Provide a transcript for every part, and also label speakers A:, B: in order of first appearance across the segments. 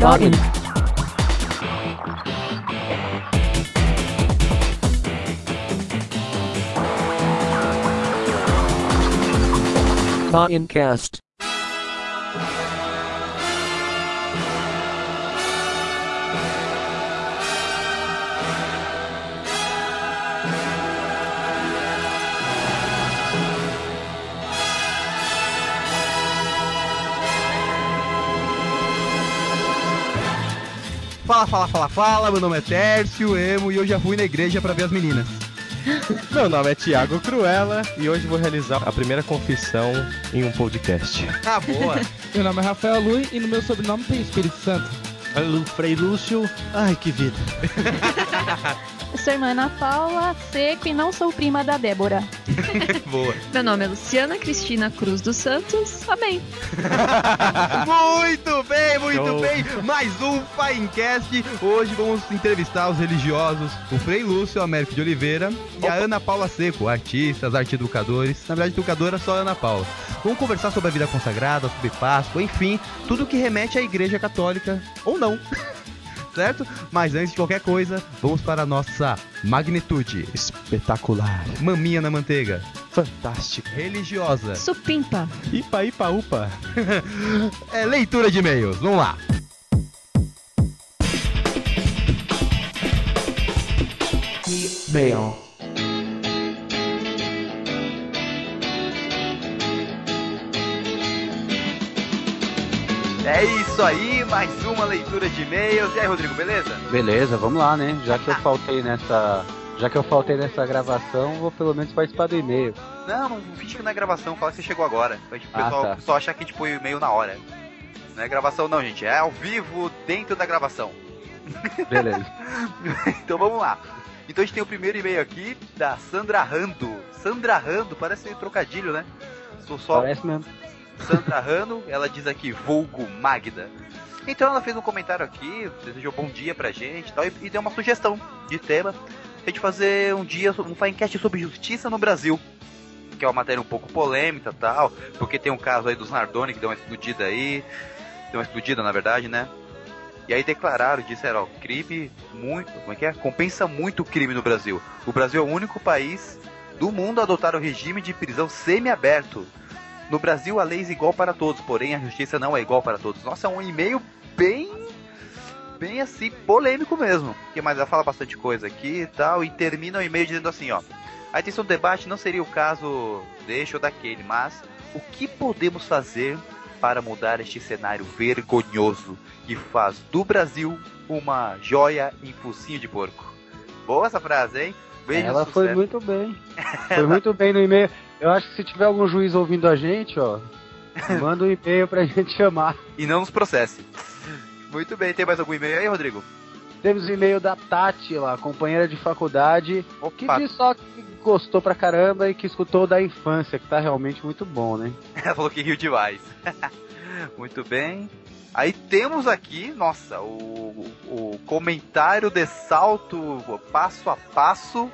A: Login. Podcast.
B: Fala, fala, fala, fala, meu nome é Tércio Emo e eu já fui na igreja pra ver as meninas.
C: Meu nome é Thiago Cruella e hoje vou realizar a primeira confissão em um podcast.
B: Ah, boa.
D: Meu nome é Rafael Lui e no meu sobrenome tem Espírito Santo.
C: Frei Lúcio, ai que vida.
E: Eu sou irmã Ana Paula Seco e não sou prima da Débora.
B: boa.
F: Meu nome é Luciana Cristina Cruz dos Santos. Amém.
B: Muito bem, muito
C: Show.
B: bem. Mais um Finecast. Hoje vamos entrevistar os religiosos, o Frei Lúcio Américo de Oliveira e a Ana Paula Seco, artistas, arte educadores. Na verdade, educadora só a Ana Paula. Vamos conversar sobre a vida consagrada, sobre Páscoa, enfim, tudo que remete à Igreja Católica ou não. certo? Mas antes de qualquer coisa, vamos para a nossa magnitude.
C: Espetacular,
B: Maminha na manteiga,
C: fantástico.
A: É.
B: religiosa.
F: Supimpa.
C: Ipa, ipa, upa.
B: É leitura de e-mails, vamos lá.
A: Mail.
B: É isso aí, mais uma leitura de e-mails. E aí, Rodrigo, beleza?
G: Beleza, vamos lá, né? Já que eu faltei nessa. Já que eu faltei nessa gravação, vou pelo menos participar do e-mail.
B: Não, não finge que não é gravação, fala que você chegou agora. Pra gente, o
G: Ah,
B: pessoal,
G: tá.
B: o pessoal achar que tipo o e-mail na hora. Não é gravação não, gente. É ao vivo dentro da gravação.
G: Beleza.
B: Então vamos lá. Então a gente tem o primeiro e-mail aqui da Sandra Rando. Sandra Rando, parece um trocadilho, né? Sou só
G: Parece mesmo.
B: Sandra Rano, ela diz aqui, vulgo Magda. Então ela fez um comentário aqui, desejou bom dia pra gente e tal, e, e deu uma sugestão de tema. A gente fazer um dia, um finecast sobre justiça no Brasil. Que é uma matéria um pouco polêmica e tal, porque tem um caso aí dos Nardoni que deu uma explodida aí. Deu uma explodida, na verdade, né? E aí declararam, disseram, ó, crime muito. Como é que é? Compensa muito o crime no Brasil. O Brasil é o único país do mundo a adotar o regime de prisão semiaberto. No Brasil, a lei é igual para todos, porém a justiça não é igual para todos. Nossa, é um e-mail bem. bem assim, polêmico mesmo. Porque, mas ela fala bastante coisa aqui e tal, e termina o e-mail dizendo assim: ó. A intenção do debate não seria o caso deste ou daquele, mas o que podemos fazer para mudar este cenário vergonhoso que faz do Brasil uma joia em focinho de porco? Boa essa frase, hein? Beijo,
G: Ela foi
B: sucesso.
G: muito bem. Foi muito bem no e-mail. Eu acho que se tiver algum juiz ouvindo a gente, ó, manda um e-mail pra gente chamar.
B: E não nos processe. Muito bem, tem mais algum e-mail aí, Rodrigo?
G: Temos o e-mail da Tati lá, companheira de faculdade, que
B: Opa.
G: diz só que gostou pra caramba e que escutou da infância, que tá realmente muito bom, né?
B: Ela falou que riu demais. Muito bem. Aí temos aqui, nossa, o, o comentário de salto passo a passo.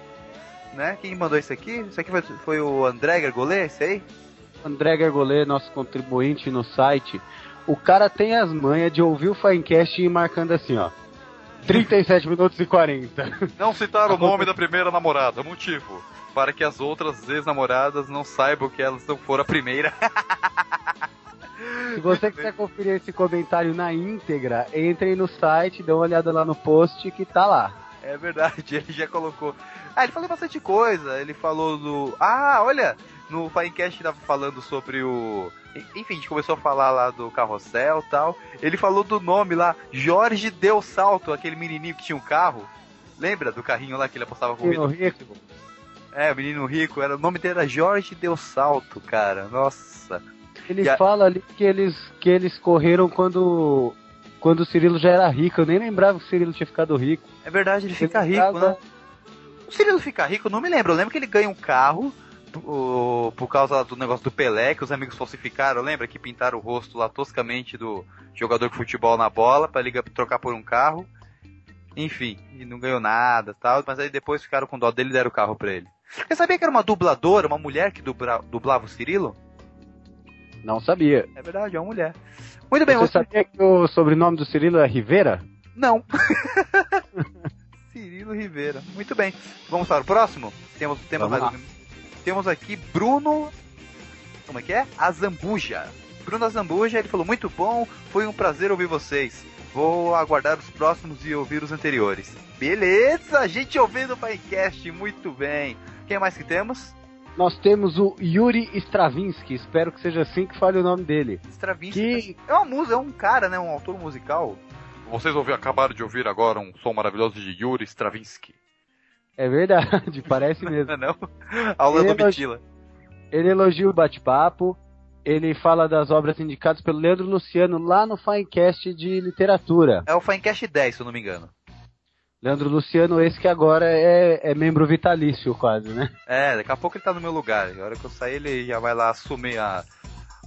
B: Né? Quem mandou isso aqui? Isso aqui foi, foi o André Gargolê, esse aí?
G: André Gargolê, nosso contribuinte no site, o cara tem as manhas de ouvir o Finecast e ir marcando assim, ó. 37 minutos e 40.
B: Não citar o nome da primeira namorada, motivo. Para que as outras ex-namoradas não saibam que elas não foram a primeira.
G: Se você quiser conferir esse comentário na íntegra, entre no site, dê uma olhada lá no post que tá lá.
B: É verdade, ele já colocou. Ah, ele falou bastante coisa. Ele falou do. Ah, olha! No Finecast tava falando sobre o. Enfim, a gente começou a falar lá do carrossel e tal. Ele falou do nome lá, Jorge Deu Salto, aquele menininho que tinha um carro. Lembra do carrinho lá que ele apostava com
G: Menino
B: o
G: rico.
B: É, o menino rico, era, o nome dele era Jorge Deu Salto, cara. Nossa.
G: Ele
B: E a-
G: fala ali que eles, que eles correram quando, quando o Cirilo já era rico. Eu nem lembrava que o Cirilo tinha ficado rico.
B: É verdade, ele fica
G: Ele
B: rico,
G: tava-
B: né? O Cirilo fica rico, eu não me lembro. Eu lembro que ele ganha um carro do- por causa do negócio do Pelé, que os amigos falsificaram. Lembra que pintaram o rosto lá toscamente do jogador de futebol na bola pra ele ga- trocar por um carro? Enfim, e não ganhou nada tal. Mas aí depois ficaram com dó dele e deram o carro pra ele. Você sabia que era uma dubladora, uma mulher que dubra- dublava o Cirilo?
G: Não sabia.
B: É verdade, é uma mulher. Muito bem,
G: Você
B: você.
G: sabia que o sobrenome do Cirilo é Rivera?
B: Não. Cirilo Rivera. Muito bem. Vamos para o próximo? Temos, temos,
G: Vamos
B: mais um. temos aqui Bruno. Como é que é? Azambuja. Bruno Azambuja, ele falou: Muito bom, foi um prazer ouvir vocês. Vou aguardar os próximos e ouvir os anteriores. Beleza, a gente ouvindo o Pinecast, muito bem. Quem mais que temos?
G: Nós temos o Yuri Stravinsky, espero que seja assim que fale o nome dele.
B: Stravinsky.
G: Que
B: É uma música, é um cara, né? Um autor musical. Vocês ouviram, acabaram de ouvir agora um som maravilhoso de Yuri Stravinsky.
G: é verdade, parece mesmo.
B: Não é não? Aula do
G: Ele é
B: Mitila.
G: Ele elogia o bate-papo, ele fala das obras indicadas pelo Leandro Luciano lá no Finecast de literatura.
B: É o Finecast 10, se eu não me engano.
G: Leandro Luciano, esse que agora é, é membro vitalício quase, né?
B: É, daqui a pouco ele tá no meu lugar. A hora que eu sair, ele já vai lá assumir a.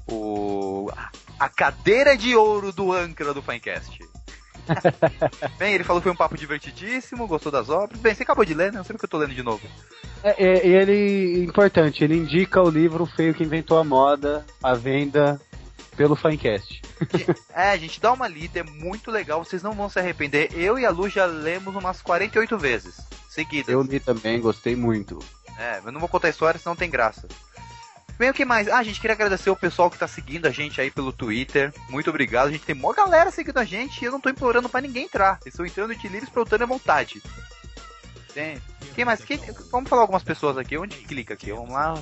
B: O, a cadeira de ouro do âncora do Finecast. Bem, ele falou que foi um papo divertidíssimo, gostou das obras. Bem, você acabou de ler, né? Não sei porque eu tô lendo de novo.
G: É, é, e ele, importante, ele indica o livro O Feio que Inventou a Moda à venda pelo Finecast.
B: É, gente, dá uma lida, é muito legal, vocês não vão se arrepender. Eu e a Lu já lemos umas 48 vezes seguidas.
G: Eu li também, gostei muito.
B: É, eu não vou contar a história, senão tem graça. Bem, o que mais? Ah, gente, queria agradecer o pessoal que tá seguindo a gente aí pelo Twitter. Muito obrigado. A gente tem mó galera seguindo a gente e eu não tô implorando pra ninguém entrar. Eles estão entrando de livre, espontânea vontade. Tem. Quem mais? Quem- Vamos falar algumas pessoas aqui. Onde que clica aqui? Vamos lá.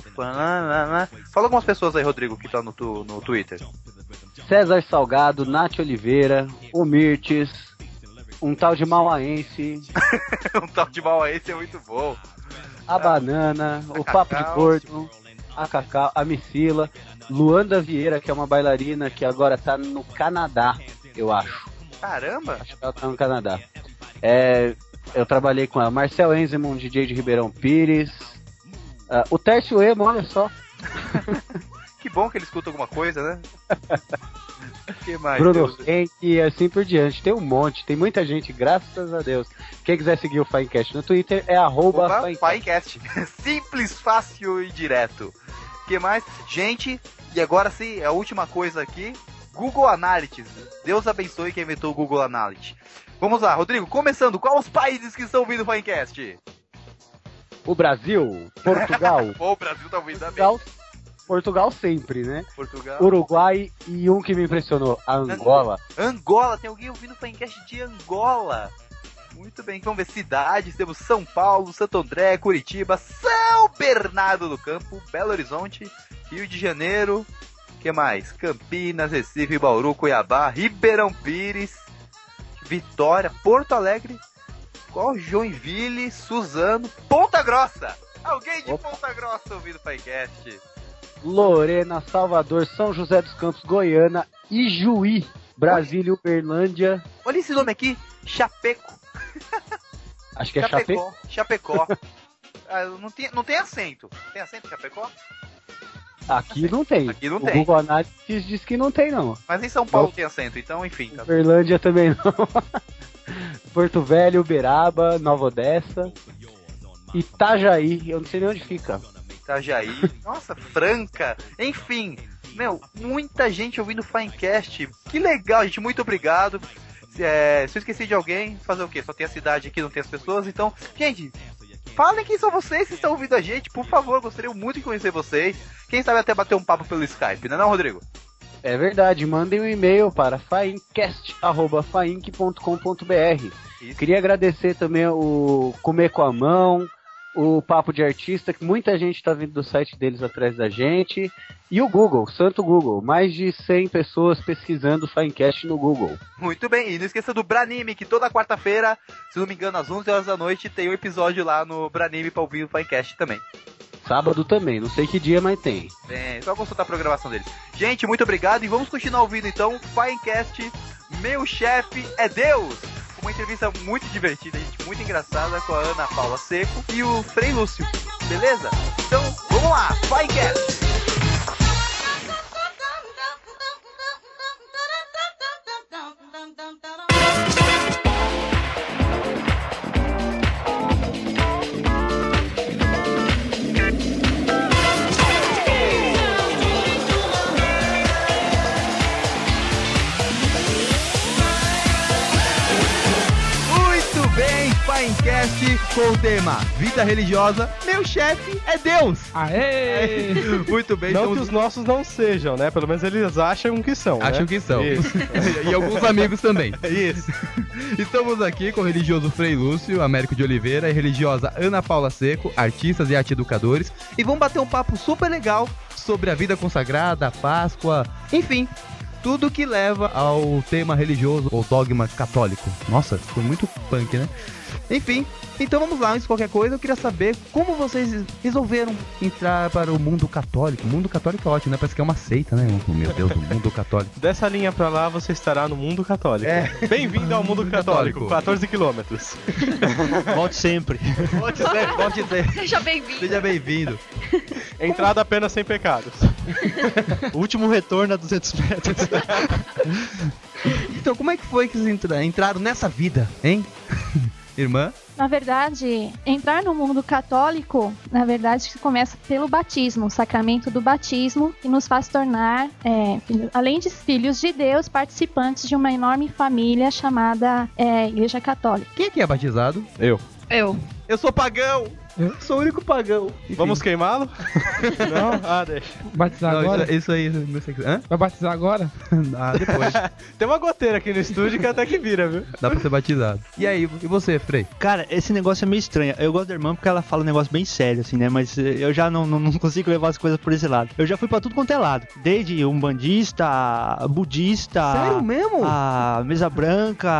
B: Fala algumas pessoas aí, Rodrigo, que tá no, tu- no Twitter.
G: César Salgado, Nath Oliveira, o Mirtes, um tal de Mauaense,
B: um tal de mal esse é muito bom.
G: a Banana, o
B: Cacau.
G: Papo de Gordo, a Cacau, a Missila, Luanda Vieira, que é uma bailarina que agora tá no Canadá, eu acho.
B: Caramba!
G: Acho que ela tá no Canadá. É, eu trabalhei com ela. Marcel Enzemon, DJ de Ribeirão Pires. Ah, o Tércio Emo, olha só.
B: Que bom que ele escuta alguma coisa, né? que mais?
G: Bruno
B: Temos-
G: Henk e assim por diante. Tem um monte, tem muita gente, graças a Deus. Quem quiser seguir o Finecast no Twitter é arroba
B: Opa,
G: Finecast.
B: Finecast. Simples, fácil e direto. que mais? Gente, e agora sim, é a última coisa aqui. Google Analytics. Deus abençoe quem inventou o Google Analytics. Vamos lá, Rodrigo, começando. Quais os países que estão ouvindo o Finecast?
G: O Brasil, Portugal.
B: Bom, o Brasil tá ouvindo, tá bem.
G: Portugal, Portugal sempre, né?
B: Portugal.
G: Uruguai e um que me impressionou, a Angola.
B: Angola, tem alguém ouvindo o Finecast de Angola. Muito bem, vamos ver cidades. Temos São Paulo, Santo André, Curitiba, São Bernardo do Campo, Belo Horizonte, Rio de Janeiro. que mais? Campinas, Recife, Bauru, Cuiabá, Ribeirão Pires, Vitória, Porto Alegre, qual Joinville, Suzano, Ponta Grossa. Alguém de
G: Opa.
B: Ponta Grossa ouvindo o Finecast.
G: Lorena, Salvador, São José dos Campos, Goiânia, Ijuí, Brasília, Uberlândia.
B: Olha esse nome aqui, Chapeco.
G: Acho que é Chapecó.
B: Chapecó. Chapecó. Ah, eu não, tem, não tem acento. Tem acento em Chapecó?
G: Aqui não tem.
B: Aqui não
G: o
B: tem.
G: Google Analytics diz que não tem, não.
B: Mas em São Paulo tem acento, então enfim. tá.
G: Uberlândia também não. Porto Velho, Uberaba, Nova Odessa. Itajaí, eu não sei nem onde fica.
B: Itajaí. Nossa, Franca. Enfim. Meu, muita gente ouvindo o Finecast. Que legal, gente. Muito obrigado. Se, é, se eu esqueci de alguém, fazer o quê? Só tem a cidade aqui, não tem as pessoas. Então, gente, falem quem são vocês que estão ouvindo a gente. Por favor, gostaria muito de conhecer vocês. Quem sabe até bater um papo pelo Skype, né não, Rodrigo?
G: É verdade, mandem um e-mail para faincast.fainc.com.br.
B: Isso.
G: Queria agradecer também o Comer com a Mão, o Papo de Artista, que muita gente está vindo do site deles atrás da gente, e o Google, Santo Google, mais de 100 pessoas pesquisando Faincast no Google.
B: Muito bem, e não esqueça do Branime, que toda quarta-feira, se não me engano, às 11 horas da noite, tem um episódio lá no Branime pra ouvir o podcast também.
G: Sábado também, não sei que dia, mas tem.
B: É só consultar a programação deles. Gente, muito obrigado e vamos continuar ouvindo então Finecast, Meu Chefe é Deus! Uma entrevista muito divertida, gente, muito engraçada com a Ana Paula Seco e o Frei Lúcio, beleza? Então, vamos lá, Finecast!
A: Thank
C: com o tema Vida Religiosa, meu chefe é Deus.
D: Aê!
C: Muito bem, Não que os nossos não sejam, né? Pelo menos eles acham que são.
A: Acham
C: né?
A: que são.
C: Isso.
A: e alguns amigos também.
C: Isso.
A: Estamos aqui com o religioso Frei Lúcio, Américo de Oliveira e religiosa Ana Paula Seco, artistas e arte educadores, e vamos bater um papo super legal sobre a vida consagrada, a Páscoa, enfim, tudo que leva ao tema religioso ou dogma católico. Nossa, foi muito punk, né? Enfim, então vamos lá, antes de qualquer coisa, eu queria saber como vocês resolveram entrar para o mundo católico. O mundo católico é ótimo, né? Parece que é uma seita, né? Meu Deus, o mundo católico.
C: Dessa linha pra lá, você estará no mundo católico.
A: É.
C: Bem-vindo ao mundo católico.
A: Católico.
C: 14 quilômetros.
H: Volte sempre.
A: Pode ser, pode ser.
F: Seja bem-vindo.
A: Seja bem-vindo.
C: Entrada apenas sem pecados.
H: O último retorno a 200 metros.
A: Então, como é que foi que vocês entra- entraram nessa vida, hein? Irmã?
E: Na verdade, entrar no mundo católico, na verdade, começa pelo batismo, o sacramento do batismo, que nos faz tornar, é, filho- além de filhos de Deus, participantes de uma enorme família chamada é, Igreja Católica.
A: Quem aqui é batizado?
C: Eu.
F: Eu.
A: Eu sou pagão! Eu sou o único pagão.
C: Vamos queimá-lo? Não? Ah, deixa.
D: Batizar
A: Não,
D: agora?
A: isso, é, isso aí, não sei o que- Hã?
D: Vai batizar agora?
A: Ah, depois.
C: Tem uma goteira aqui no estúdio que até que vira, viu?
A: Dá pra ser batizado. E aí, e você, Frei?
H: Cara, esse negócio é meio estranho. Eu gosto da irmã porque ela fala um negócio bem sério, assim, né? Mas eh, eu já não, não, não consigo levar as coisas por esse lado. Eu já fui pra tudo quanto é lado. Desde umbandista, budista...
A: mesmo?
H: A Mesa Branca,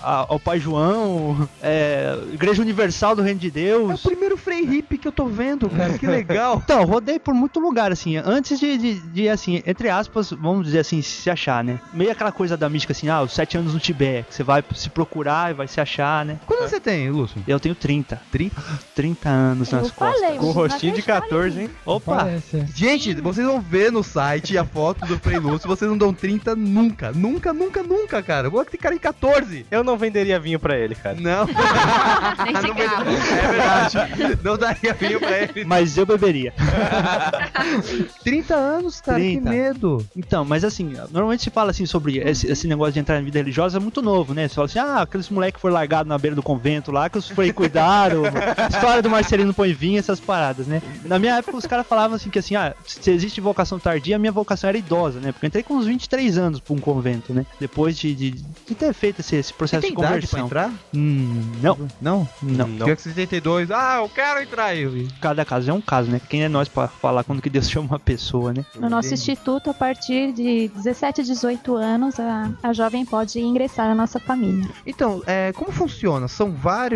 H: a- ao Pai João, é, Igreja Universal do Reino de
A: é o
H: Deus.
A: primeiro Frei hippie que eu tô vendo, cara. Que legal.
H: Então, rodei por muito lugar, assim, antes de, de, de, assim, entre aspas, vamos dizer assim, se achar, né? Meio aquela coisa da mística, assim, ah, os sete anos no Tibete, que você vai se procurar e vai se achar, né?
A: Quanto você tem, Lúcio?
H: Eu tenho 30,
A: 30?
H: 30 anos nas
E: Eu
H: costas.
E: falei,
C: Com o
E: vocês não
C: rostinho de
E: acreditaram em
C: 14,
E: mim.
C: hein?
H: Opa!
D: Parece. é.
A: Gente, vocês vão ver no site a foto do Frei Lúcio, vocês não dão 30 nunca. Nunca, nunca, nunca, cara. Vou ter cara em 14.
C: Eu não venderia vinho pra ele, cara.
A: Não,
F: Nem se grava.
A: é verdade. Não daria vinho pra ele.
H: Mas eu beberia.
A: 30 anos, cara,
H: 30.
A: que medo.
H: Então, mas assim, normalmente se fala assim sobre esse, esse negócio de entrar na vida religiosa é muito novo, né? Você fala assim, ah, aqueles moleque que foram largados na beira do convento lá, que os foi cuidaram, história do Marcelino Põe Vinho, essas paradas, né? Na minha época os caras falavam assim que assim, ah, se existe vocação tardia, a minha vocação era idosa, né? Porque eu entrei com uns 23 anos pra um convento, né? Depois de, de, de ter feito esse, esse
A: Você
H: processo
A: tem
H: de
A: idade pra
H: conversão.
A: entrar?
H: Hum, não,
A: Não?
H: não.
A: Não. Fica com 72. Ah, eu quero entrar aí.
H: Cada caso é um caso, né? Quem é nós pra falar quando que Deus chama uma pessoa, né?
E: No nosso instituto, a partir de 17, 18 anos, a, a jovem pode ingressar na nossa família.
A: Então, é, como funciona? São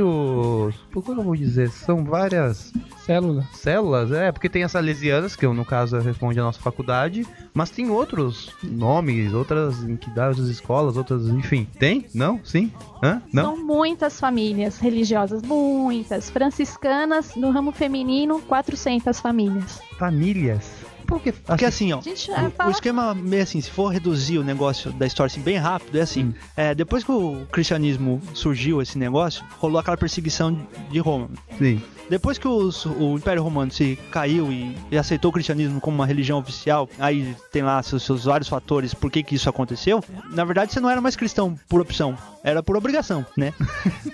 A: vários. Como eu vou dizer? São várias
D: Célula.
A: células, é, porque tem as salesianas, que eu, no caso é, responde à nossa faculdade, mas tem outros nomes, outras entidades, outras escolas, outras, enfim. Tem? Não? Sim? Hã? Não?
E: São muitas famílias religiosas, muitas. Franciscanas, no ramo feminino, 400 famílias.
A: Famílias. Por que?
H: Porque assim, ó,
E: A gente
H: O-
E: é,
H: O
E: fala
H: esquema meio assim, se for reduzir o negócio da história assim, bem rápido, é
E: Hum.
H: assim. é, depois que o cristianismo surgiu, esse negócio, rolou aquela perseguição de Roma.
A: Sim.
H: Depois que os- o Império Romano se caiu e, e aceitou o cristianismo como uma religião oficial, aí tem lá seus, seus vários fatores por que, que isso aconteceu. Na verdade, você não era mais cristão por opção, era por obrigação, né?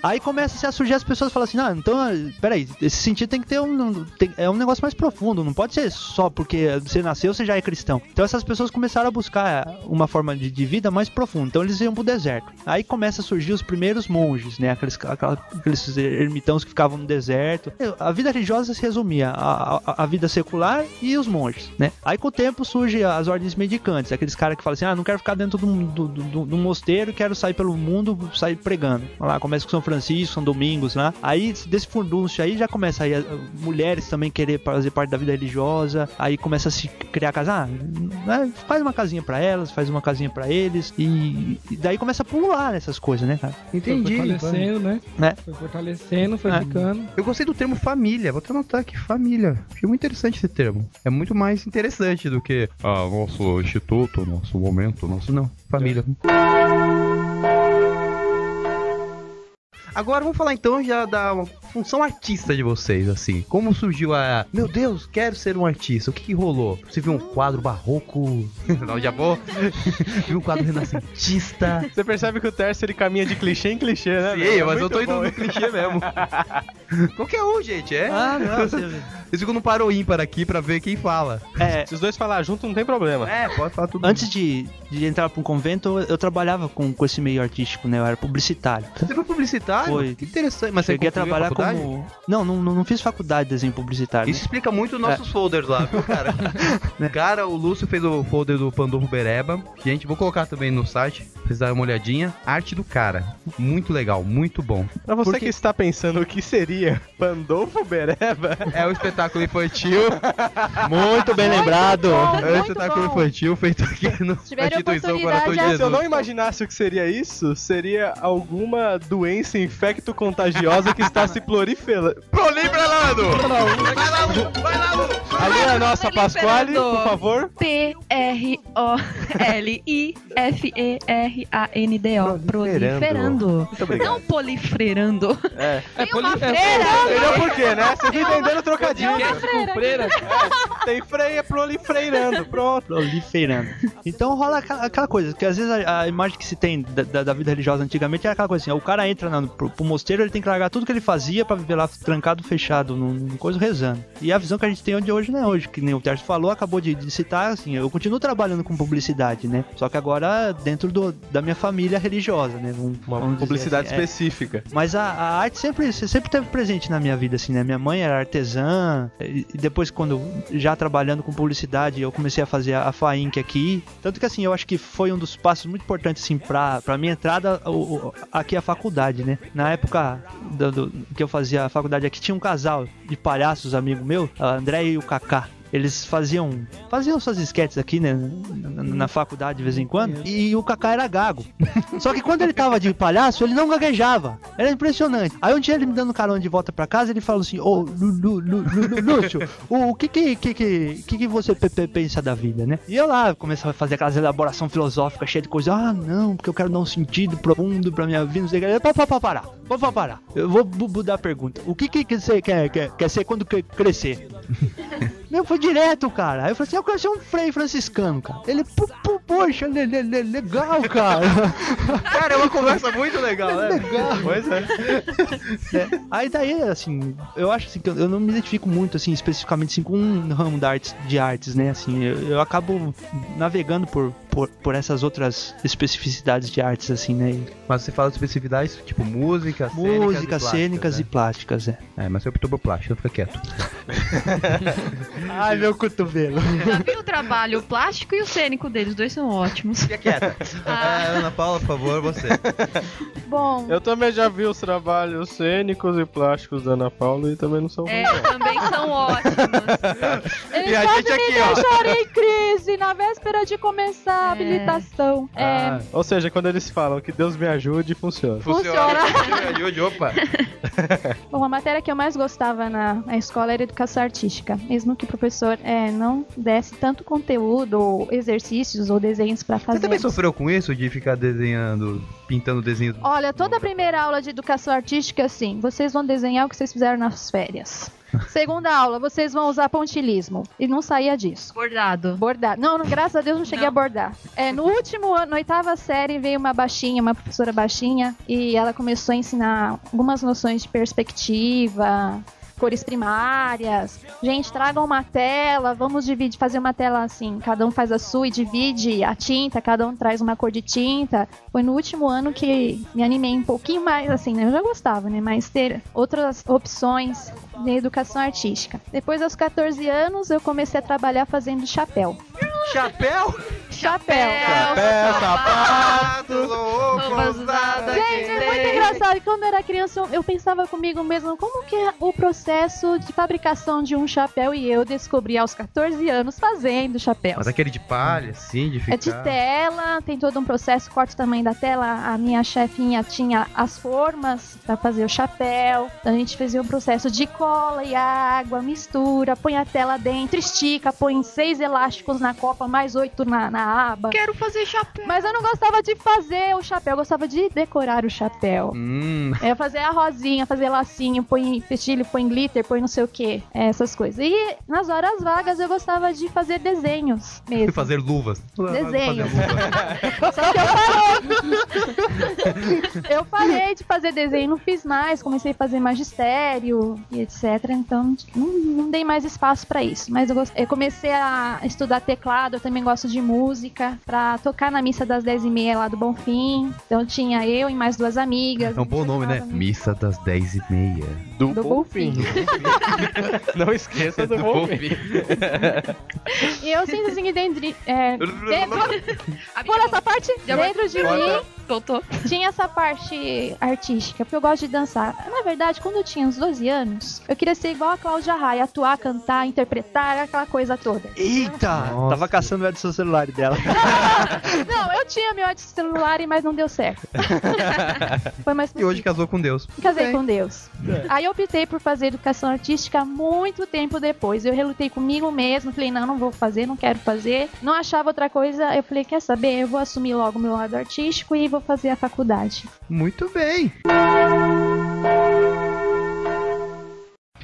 H: aí começa a surgir as pessoas falam assim: ah, então, ah, peraí, esse sentido tem que ter um. tem- é um negócio mais profundo, não pode ser só porque você nasceu, você já é cristão. Então essas pessoas começaram a buscar uma forma de, de vida mais profunda. Então eles iam pro deserto. Aí começa a surgir os primeiros monges, né? Aqueles, aquela- aqueles ermitãos que ficavam no deserto. A vida religiosa se resumia à, à- à vida secular e os monges, né? Aí com o tempo surge as ordens medicantes, aqueles caras que falam assim: ah, não quero ficar dentro de um, do, do- do- de um mosteiro, quero sair pelo mundo, sair pregando. Vai lá, começa com São Francisco, São Domingos, né? Aí desse furdúncio aí já começa aí a- mulheres também querer fazer parte da vida religiosa, aí começa a se criar casa, ah, né, faz uma casinha pra elas, faz uma casinha pra eles, e, e daí começa a pular nessas coisas, né, cara?
A: Entendi.
D: Foi fortalecendo, né?
H: Né?
D: Foi fortalecendo, foi
H: É.
D: ficando.
A: Eu gostei do termo família, vou até anotar aqui, família. Achei muito interessante esse termo. É muito mais interessante do que. Ah, nosso instituto, nosso momento, nosso. Não, família. Agora vamos falar então já da função artista de vocês, assim? Como surgiu a. Meu Deus, quero ser um artista. O que, que rolou? Você viu um quadro barroco? Não, já vou. viu um quadro renascentista?
C: Você percebe que o Terço ele caminha de clichê em clichê, né?
A: Sim,
C: velho?
A: mas eu
C: Muito
A: tô indo
C: bom.
A: no clichê mesmo. É Qualquer um, gente, é?
H: Ah, não, você...
A: Eles ficam no parou ímpar aqui pra ver quem fala.
H: É,
C: Se os dois falar junto, não tem problema.
A: É, pode falar tudo.
H: antes de, de entrar pra um convento, eu, eu trabalhava com, com esse meio artístico, né? Eu era publicitário.
A: Você foi publicitário?
H: Foi.
A: Que interessante. Mas
H: Cheguei
A: você
H: a trabalhar como. Não, não, não não fiz faculdade de desenho publicitário.
A: Isso explica muito
H: É.
A: nossos folders lá, viu, cara? cara, o Lúcio fez o folder do Pandorro Bereba. Gente, vou colocar também no site, pra vocês darem uma olhadinha. Arte do cara. Muito legal, muito bom.
C: Pra você
H: Porque-
C: que está pensando o que seria Pandolfo Bereba,
A: É o espetáculo infantil.
H: Muito bem lembrado!
E: bom.
A: é o
E: Muito
A: espetáculo
E: bom.
A: infantil feito aqui no, na
E: Tiveram
A: instituição
E: oportunidade,
A: Coração de
E: é.
A: Jesus.
C: se eu não imaginasse o que seria isso, seria alguma doença infecto-contagiosa que está se proliferando.
A: Proliferando! Vai lá, Lu! Vai lá, Lu!
C: Aluna nossa Pasquale, por
F: Proliferando.
C: favor.
F: P-R-O-L-I-F-E-R-A-N-D-O. Proliferando.
C: Muito obrigado.
F: Não polifrerando.
D: É
F: Tem uma
D: poli- é
F: freira.
C: Entendeu por quê, né? Você fica entendendo o trocadilho.
D: freira, tipo, freira.
C: Tem freia prolifreirando, pronto.
H: proliferando. Então rola aquela, aquela coisa, que às vezes a, a imagem que se tem da, da- da vida religiosa antigamente era aquela coisa assim, ó, o cara entra na, pro, pro mosteiro, ele tem que largar tudo que ele fazia pra viver lá trancado, fechado, num, num coisa rezando. E a visão que a gente tem de hoje não é hoje, que nem o Tercio falou, acabou de, de citar, assim, eu continuo trabalhando com publicidade, né? Só que agora dentro do- da minha família religiosa, né? Vamos- vamos
C: Uma
H: dizer
C: publicidade
H: assim, é.
C: específica.
H: Mas a, a arte sempre, sempre teve presente na minha vida, assim, né? Minha mãe era artesã, e e depois, quando já trabalhando com publicidade, eu comecei a fazer a, a Fainc aqui. Tanto que, assim, eu acho que foi um dos passos muito importantes, assim, pra, pra minha entrada o- o- aqui à faculdade, né? Na época do- do- que eu fazia a faculdade aqui, tinha um casal de palhaços, amigo meu, a André e o Kaká. Eles faziam faziam suas esquetes aqui, né? Na, na- na faculdade de vez em quando. E o Kaká era gago. Só que quando ele tava de palhaço, ele não gaguejava. Era impressionante. Aí um dia ele me dando carona de volta pra casa, ele falou assim: Ô, Lu- Lu- Lu- Lu- Lu- Lúcio, o o que que, que, que, que que você pe- pe- pensa da vida, né? E eu lá começava a fazer aquelas elaborações filosóficas cheias de coisa. Ah, não, porque eu quero dar um sentido profundo pra minha vida. Não sei o que. Pá, pá, pá, parar. Pá, pá, parar. Eu vou bu- mudar a pergunta. O que que que você quer, quer, quer ser quando que- crescer? Meu, foi direto, cara. Aí eu falei assim: eu quero ser um frei franciscano, cara. Ele, "Pu- pu- poxa, le- le- le- legal, cara.
A: Cara, é uma conversa muito legal, né?
C: Pois é.
H: É, aí daí, assim, eu acho assim, que eu, eu não me identifico muito, assim, especificamente assim, com um ramo da artes, de artes, né? Assim, eu, eu acabo navegando por, por, por essas outras especificidades de artes, assim, né?
A: Mas você fala de especificidades tipo música,
H: Músicas,
A: plásticas,
H: cênicas e
A: né?
H: plásticas, é.
A: É, mas você optou por plástico, fica quieto.
H: Ai, meu cotovelo.
F: Já vi o trabalho, o plástico e o cênico deles, os dois são ótimos.
A: Fica quieta.
F: Ah.
A: É, Ana Paula, por favor, você.
E: Bom,
C: Eu também já vi os trabalhos cênicos e plásticos da Ana Paula e também não são
F: É, também são ótimos.
E: eles
A: e a
E: quase
A: gente tá- aqui,
E: me
A: ó.
E: deixaram em crise na véspera de começar a habilitação. É,
C: Ah, Ou seja, quando eles falam que Deus me ajude, funciona.
E: Funciona.
A: Ajude, opa.
E: Bom, a matéria que eu mais gostava na, na escola era educação artística. Mesmo que o professor é, não desse tanto conteúdo, ou exercícios ou desenhos pra
A: Você
E: fazer.
A: também sofreu com isso de ficar desenhando, pintando desenhos?
E: Olha, toda a primeira aula de educação artística é assim: vocês vão desenhar o que vocês fizeram nas férias. Segunda aula, vocês vão usar pontilismo. E não saía disso.
F: Bordado.
E: Bordar. Não, não, graças a Deus não cheguei
F: Não.
E: a bordar. É, no último ano, na oitava série, veio uma baixinha, uma professora baixinha, e ela começou a ensinar algumas noções de perspectiva, cores primárias. Gente, tragam uma tela, vamos dividir, fazer uma tela assim, cada um faz a sua e divide a tinta, cada um traz uma cor de tinta. Foi no último ano que me animei um pouquinho mais, assim, né? Eu já gostava, né? Mas ter outras opções de educação artística. Depois, aos 14 anos, eu comecei a trabalhar fazendo chapéu.
A: Chapéu?
E: Chapéu!
C: Chapéu,
A: Sapatos,
F: roupas usadas,
E: Gente, é muito engraçado. Quando eu era criança, eu, eu pensava comigo mesmo como que é o processo de fabricação de um chapéu e eu descobri aos 14 anos fazendo chapéus.
A: Mas é aquele de palha, assim, de ficar...
E: É de tela, tem todo um processo, corta o tamanho da tela. A minha chefinha tinha as formas pra fazer o chapéu. A gente fazia um processo de cola e água, mistura, põe a tela dentro, estica, põe seis elásticos na copa, mais oito na, na na aba.
F: Quero fazer chapéu.
E: Mas eu não gostava de fazer o chapéu, eu gostava de decorar o chapéu.
A: Hum,
E: É fazer a rosinha, fazer lacinho, põe festilho, põe glitter, põe não sei o que, essas coisas. E nas horas vagas eu gostava de fazer desenhos
A: fui
E: mesmo.
A: fazer luvas.
E: Desenho.
A: Fazer luvas.
E: Só que eu parei. eu parei de fazer desenho, não fiz mais, comecei a fazer magistério e etc. Então não, não dei mais espaço pra isso. Mas eu, gost- eu comecei a estudar teclado, eu também gosto de música, pra tocar na missa das 10h30 lá do Bonfim. Então tinha eu e mais duas amigas.
A: É um bom nome, né? Missa das 10 e meia.
C: Do,
E: Do Bonfim.
C: Não esqueça do Wolfim.
E: E eu sinto assim que dentro. É, dentro por
F: Amiga,
E: essa parte,
F: Já
E: dentro de mim,
F: voltou.
E: tinha essa parte artística, porque eu gosto de dançar. Na verdade, quando eu tinha uns 12 anos, eu queria ser igual a Cláudia Raia, atuar, cantar, interpretar, aquela coisa toda.
H: Eita! Tava caçando o Edson no celular dela.
E: Não, eu tinha meu ódio celular, mas não deu certo. Foi mais
A: E hoje casou com Deus.
E: Casei com Deus. Aí eu optei por fazer educação artística muito tempo depois. Eu relutei comigo mesmo, falei, não, não vou fazer, não quero fazer. Não achava outra coisa, eu falei, quer saber? Eu vou assumir logo o meu lado artístico e vou fazer a faculdade.
A: Muito bem.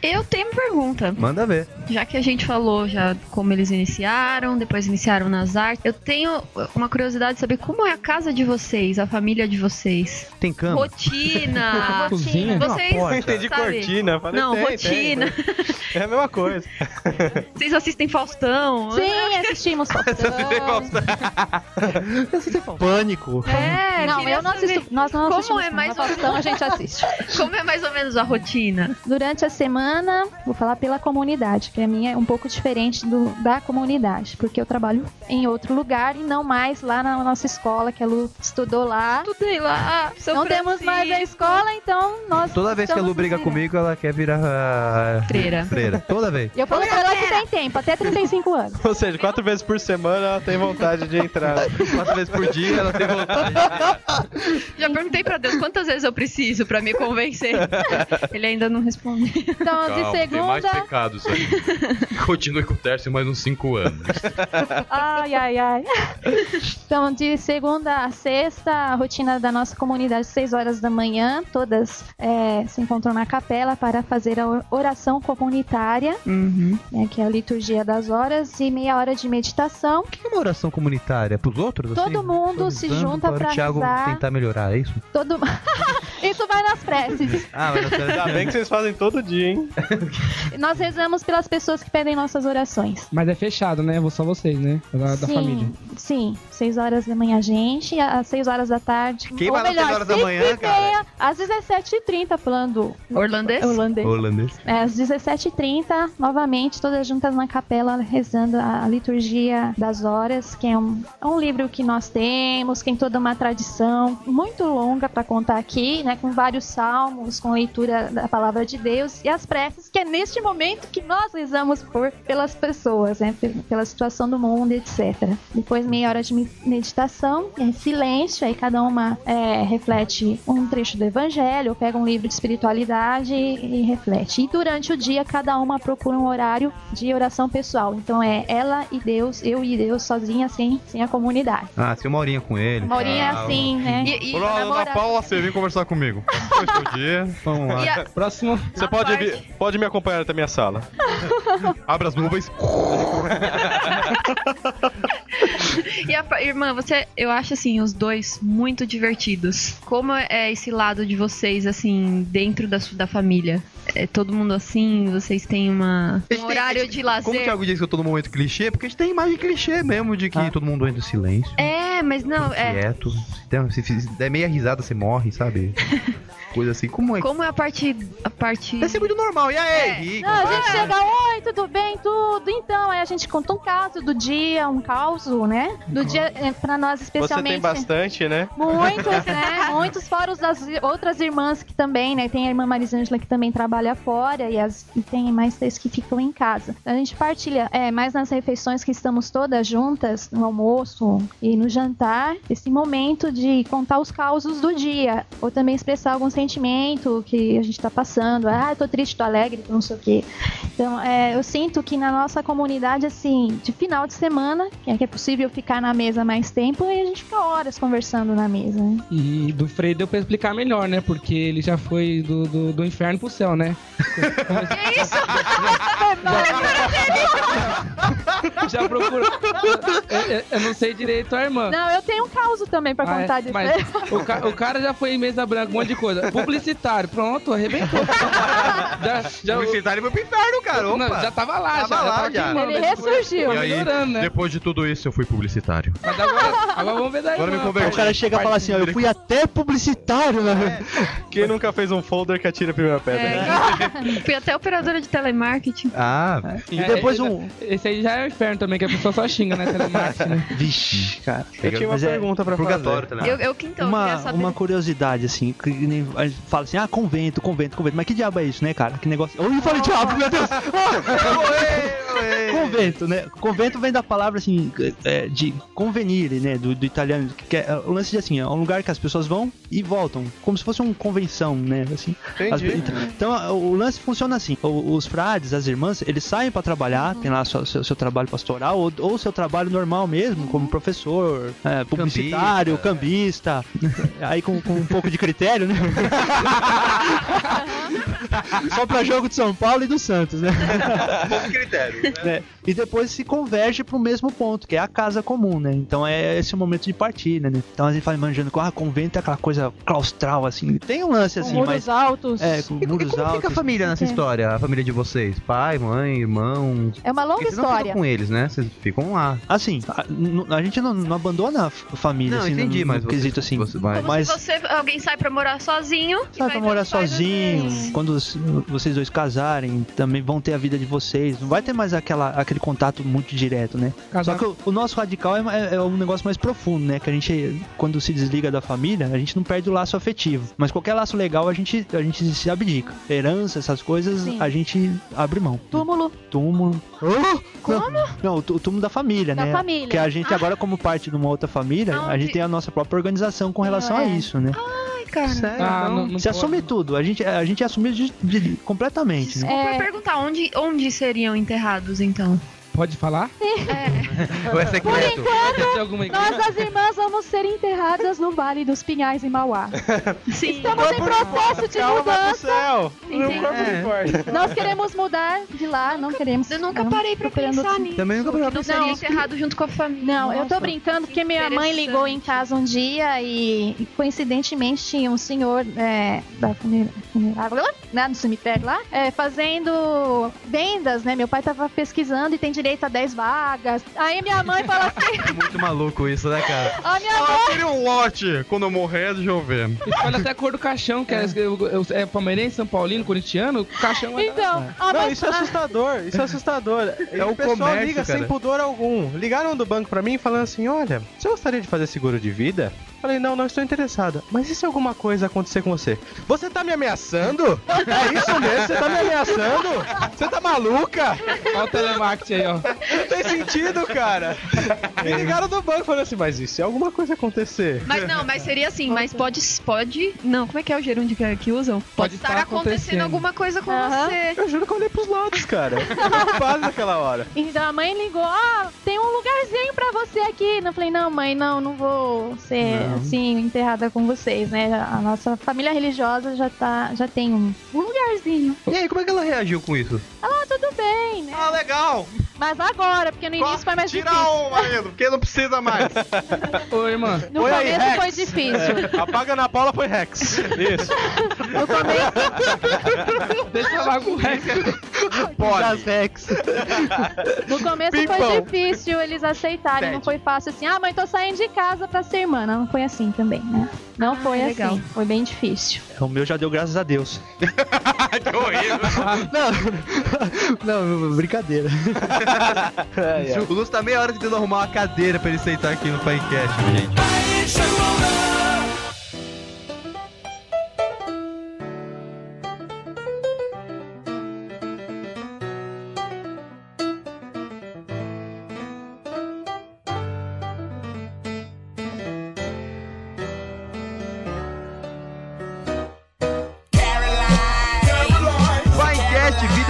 F: Eu tenho uma pergunta.
A: Manda ver.
F: Já que a gente falou já como eles iniciaram, depois iniciaram nas artes, eu tenho uma curiosidade de saber como é a casa de vocês, a família de vocês.
H: Tem cama?
F: Rotina.
D: Cozinha?
F: Vocês,
C: Eu entendi
F: sabe?
C: cortina, falei,
F: Não,
C: tem,
F: rotina.
C: tem. É a mesma coisa.
F: Vocês assistem Faustão?
E: Sim, assistimos Faustão.
H: Pânico.
F: É,
E: Não,
F: queria
E: eu não
F: saber
E: assisto. Nós não
F: Como
E: assistimos.
F: é mais
E: não, mas
F: ou-
E: Faustão a gente assiste.
F: Como é mais ou menos a rotina?
E: Durante a semana, vou falar pela comunidade, que a minha é um pouco diferente do, da comunidade, porque eu trabalho em outro lugar e não mais lá na nossa escola, que a Lu estudou lá.
F: Estudei lá. Ah, São
E: não temos mais a
F: Francisco.
E: escola, então nós.
A: Toda vez que a Lu
E: estamos
A: briga
E: no-
A: comigo, ela quer virar ah,
F: Freira.
A: freira. Toda vez.
E: Eu falei pra ela que tem tempo, até 35 anos.
C: Ou seja, quatro vezes por semana ela tem vontade de entrar.
A: Quatro vezes por dia, ela tem vontade.
F: Já perguntei pra Deus quantas vezes eu preciso pra me convencer. Ele ainda não respondeu.
E: Então, de segunda.
I: pecados aí. Continue com o Tércio mais uns 5 anos.
E: Ai, ai, ai. Então, de segunda a sexta, a rotina da nossa comunidade, seis horas da manhã, todas é, se encontram na capela para fazer a oração comunitária, né, que é a liturgia das horas, e meia hora de meditação.
A: O que é uma oração comunitária? Pros outros?
E: Todo mundo se
A: Rezando
E: junta
A: para
E: pra
A: o Thiago
E: rezar.
A: tentar melhorar, é isso?
E: Todo... Isso vai nas preces.
A: Ah, mas
C: Ainda bem que vocês fazem todo dia, hein?
E: Nós rezamos pelas pessoas que pedem nossas orações.
D: Mas é fechado, né? Vou só vocês, né? Da, da
E: sim,
D: família.
E: Sim, 6 horas da manhã a gente, e às 6 horas da tarde.
A: Quem
E: ou
A: vai lá às
E: melhor,
A: seis horas da manhã,
E: e meia, às 17h30, falando
F: Orlandês?
E: holandês.
A: Holandês.
E: É, às 17h30, novamente, todas juntas na capela, rezando a Liturgia das Horas, que é um, é um livro que nós temos, que tem toda uma tradição muito longa para contar aqui, né? Com vários salmos, com leitura da palavra de Deus e as preces, que é neste momento que nós rezamos por pelas pessoas, né? pe- Pela situação do mundo, etc. Depois, meia hora de me- meditação, é silêncio, aí cada uma é, reflete um trecho do evangelho, ou pega um livro de espiritualidade e, e reflete. E durante o dia, cada uma procura um horário de oração pessoal. Então é ela e Deus, eu e Deus, sozinha, sem, sem a comunidade.
A: Ah, se uma horinha com ele. Ah,
E: Uma horinha é
A: tal.
E: assim, né?
F: E, e-
I: Olá,
E: namorado.
I: Ana Paula, você vem conversar comigo. Hoje é o dia.
A: Vamos lá.
F: e a-
D: Próximo.
C: Você
F: A
C: pode,
F: parte-
C: vir- pode me acompanhar até minha sala.
I: Abre as nuvens.
F: e a pa- irmã, você, eu acho assim, os dois muito divertidos. Como é esse lado de vocês, assim, dentro da, su- da família? É todo mundo assim? Vocês têm
A: A
F: uma, um
A: gente tem- a
F: horário
A: gente-
F: de
A: Como o
F: lazer?
A: Thiago disse que eu tô no momento clichê, é porque a gente tem imagem clichê mesmo de que
H: Ah.
A: todo mundo entra em silêncio.
F: É, mas não, é.
A: Quieto. Se der- Se fiz- se der meia risada, você morre, sabe? Coisa assim. Como é que.
F: Como é a parte. A parte.
A: Deve ser muito normal. E aí,
F: É.
A: Rico?
E: Não, a gente chega, oi, tudo bem, tudo. Então, aí a gente conta um caso do dia, um caos, né? Do dia, é, pra nós
C: Uhum. Você tem
E: especialmente.
C: bastante, né?
E: Muitos, né? Muitos, fora os das outras irmãs que também, né? Tem a irmã Marisângela que também trabalha fora e, as, e tem mais três que ficam em casa. A gente partilha é, mais nas refeições que estamos todas juntas, no almoço e no jantar, esse momento de contar os causos do dia ou também expressar alguns sentimento que a gente está passando. Ah, eu tô triste, tô alegre, tô não sei o quê. Então, é, eu sinto que na nossa comunidade, assim, de final de semana, que é que é possível ficar na mesa mais tempo, e a gente fica horas conversando na mesa, né?
D: E do Frei deu pra explicar melhor, né? Porque ele já foi do, do, do inferno pro céu, né?
F: Que isso?
D: Já procurou. Eu, eu- eu não sei direito a irmã.
E: Não, eu tenho um caos também pra
D: Ah, é?
E: contar disso.
D: Mas o, ca- o cara já foi em mesa branca, um monte de coisa. Publicitário, pronto, arrebentou. já, já,
A: o inventário foi pro inferno, cara. Opa.
D: não, já tava lá,
A: Tava
D: já,
A: lá,
D: já tava
A: já.
D: queimando,
E: Ele
D: mas foi-
E: ressurgiu.
D: Foi,
I: E aí,
D: melhorando, né?
I: Depois de tudo isso, eu fui publicitário.
D: Mas agora, agora vamos ver daí.
A: Agora me
H: Aí
A: converti.
H: o cara chega e fala assim, ó, eu fui até publicitário, né?
C: Quem nunca fez um folder que atira a primeira pedra?
F: É, fui até operadora de telemarketing.
A: Ah,
H: E depois
D: é,
H: um...
D: Esse aí já é o inferno também, que a pessoa só xinga, né? Telemarketing, né?
H: Vixe, cara.
C: é. Eu tinha uma
H: Mas é
C: pergunta pra fazer.
A: purgatório, tá ligado?
F: Eu, eu que então, eu queria
H: uma,
F: saber.
H: uma curiosidade, assim, que nem- a gente fala assim, ah, convento, convento, convento. Mas que diabo é isso, né, cara? Que negócio. Eu falei diabo, meu Deus! Convento, né? Convento vem da palavra assim, é, de convenire, né? Do, do italiano. Que é, o lance de assim, é um lugar que as pessoas vão e voltam. Como se fosse uma convenção, né? Assim. As-
A: Entendi.
H: então, então, a- o lance funciona assim: o- os frades, as irmãs, eles saem pra trabalhar,
F: Uhum.
H: tem lá seu, seu, seu trabalho pastoral ou, ou seu trabalho normal mesmo, como
F: Uhum.
H: professor, é, publicitário, cambista, aí com, com um pouco de critério, né? Só pra jogo de São Paulo e do Santos, né?
B: Pouco critério. né?
H: né? E depois se converge pro mesmo ponto, que é a casa comum, né? Então é esse o momento de partida, né? Então a gente fala imaginando que ah, convento é aquela coisa claustral, assim. Tem um lance assim,
E: muros
H: mas.
E: altos.
H: É,
E: É,
H: com
I: Ah,
A: E, e como
H: muros
A: fica a
H: altos.
A: família nessa
E: É.
A: história? A família de vocês? Pai, mãe, irmão?
E: É uma longa
A: Porque vocês não
E: história.
A: ficam com eles, né? Vocês ficam lá.
H: Assim, a, n- a gente não, não abandona a f- família,
A: Não,
H: assim,
A: entendi,
H: no,
A: mas
H: no
A: você-
H: quesito assim.
A: você vai-
F: Como
H: mas-
F: se você, alguém sai pra morar sozinho. e
H: Sabe,
F: vai
H: pra morar
F: dando coisas
H: sozinho,
F: deles.
H: quando os- vocês dois casarem, também vão ter a vida de vocês. Não vai ter mais aquela, aquele contato muito direto, né? Só
D: Casar
H: que o, o nosso radical é, é- é um negócio mais profundo, né? Que a gente, quando se desliga da família, a gente não perde o laço afetivo. Mas qualquer laço legal, a gente, a gente se abdica. Herança, essas coisas,
E: Sim.
H: a gente abre mão.
E: Túmulo
H: Túmulo.
E: Como?
H: Não, não, o tu- o túmulo da família,
E: da
H: né?
E: família.
H: Que a gente agora, como parte de uma outra família, a
F: Aonde-
H: gente tem a nossa própria organização com
E: Sim,
H: relação a
E: é.
H: isso, né?
F: Ai, cara.
D: Ah, não, não
H: Se
D: pode.
H: assume tudo, a gente, a gente assume de- de- completamente, né?
F: Desculpa
E: É.
F: eu perguntar, onde, onde seriam enterrados, então?
D: Pode falar?
A: Ou é secreto?
D: Tem alguma igreja?
E: Nós, as irmãs, vamos ser enterradas no Vale dos Pinhais, em Mauá.
F: Sim.
E: Estamos em processo de
C: Calma, vai pro
E: mudança.
C: céu!
F: Entendi.
C: Meu corpo
A: É.
C: não importa.
E: Nós queremos mudar de lá, não queremos.
F: Eu nunca
E: não.
F: parei pra
E: procurando
F: pensar
E: outro-
F: nisso.
A: Também nunca parei pra
F: Não
E: pensar
F: seria
E: nisso.
F: enterrado junto com a família.
E: Não, eu tô
F: Nossa.
E: brincando porque
F: Que
E: minha mãe ligou em casa um dia e, e coincidentemente tinha um senhor é, da funera- funerária, lá, né, no cemitério lá, é, fazendo vendas, né? Meu pai tava pesquisando e tem direito a 10 vagas. Aí minha mãe fala assim,
A: Muito maluco isso, né, cara?
E: ó minha
I: Ah, eu queria um lote quando eu morrer de chover.
D: Escolhe até a cor do caixão, que é, é, é palmeirense, São Paulino, corintiano, o caixão é.
E: Então, ó,
C: Não,
E: mas-
C: isso é assustador, isso é assustador. É
A: o
C: o pessoal
A: comércio,
C: liga
A: cara.
C: sem pudor algum. Ligaram do banco pra mim falando assim: olha, você gostaria de fazer seguro de vida? Falei, não, não estou interessado. Mas e se alguma coisa acontecer com você? Você tá me ameaçando? É isso mesmo? Você tá me ameaçando? Você tá maluca?
D: Olha o telemarketing aí, ó.
C: Não tem sentido, cara. Me ligaram do banco falando assim, mas e se alguma coisa acontecer?
F: Mas não, mas seria assim, mas pode. pode não, como é que é o gerúndio que, que usam? Pode,
A: tá
F: estar
D: estar
F: acontecendo,
D: acontecendo.
F: alguma coisa com
E: Aham.
F: você.
C: Eu juro que eu olhei pros lados, cara. Eu fiquei preocupado naquela hora.
E: Então a mãe ligou, ó, tem um lugarzinho pra você aqui. Eu falei, não, mãe, não, não vou ser assim, enterrada com vocês, né? A nossa família religiosa já tá, já tem um um lugarzinho.
A: E aí, como é que ela reagiu com isso?
E: Ah, tudo bem, né?
I: Ah, legal!
E: Mas agora, porque no início foi mais
I: Tira
E: difícil.
I: o marido, porque não precisa mais.
D: Ô, irmã.
E: No
C: Oi, aí,
E: começo
C: Rex.
E: foi difícil.
C: Apaga na Paula foi Rex. Isso.
E: No começo,
D: Deixa eu falar com o Rex.
H: né? Das Rex.
E: no começo foi
C: Ping-pong.
E: difícil eles aceitarem. Não foi fácil assim, ah, mãe, tô saindo de casa pra ser irmã. Não, não foi assim também, né? Não
F: Ah,
E: foi
F: legal.
E: assim. Foi bem difícil.
H: O meu já deu graças a Deus.
I: que horrível.
H: Não, não brincadeira.
A: O Lúcio tá meia hora tentando arrumar uma cadeira pra ele sentar aqui no Pinecast, gente.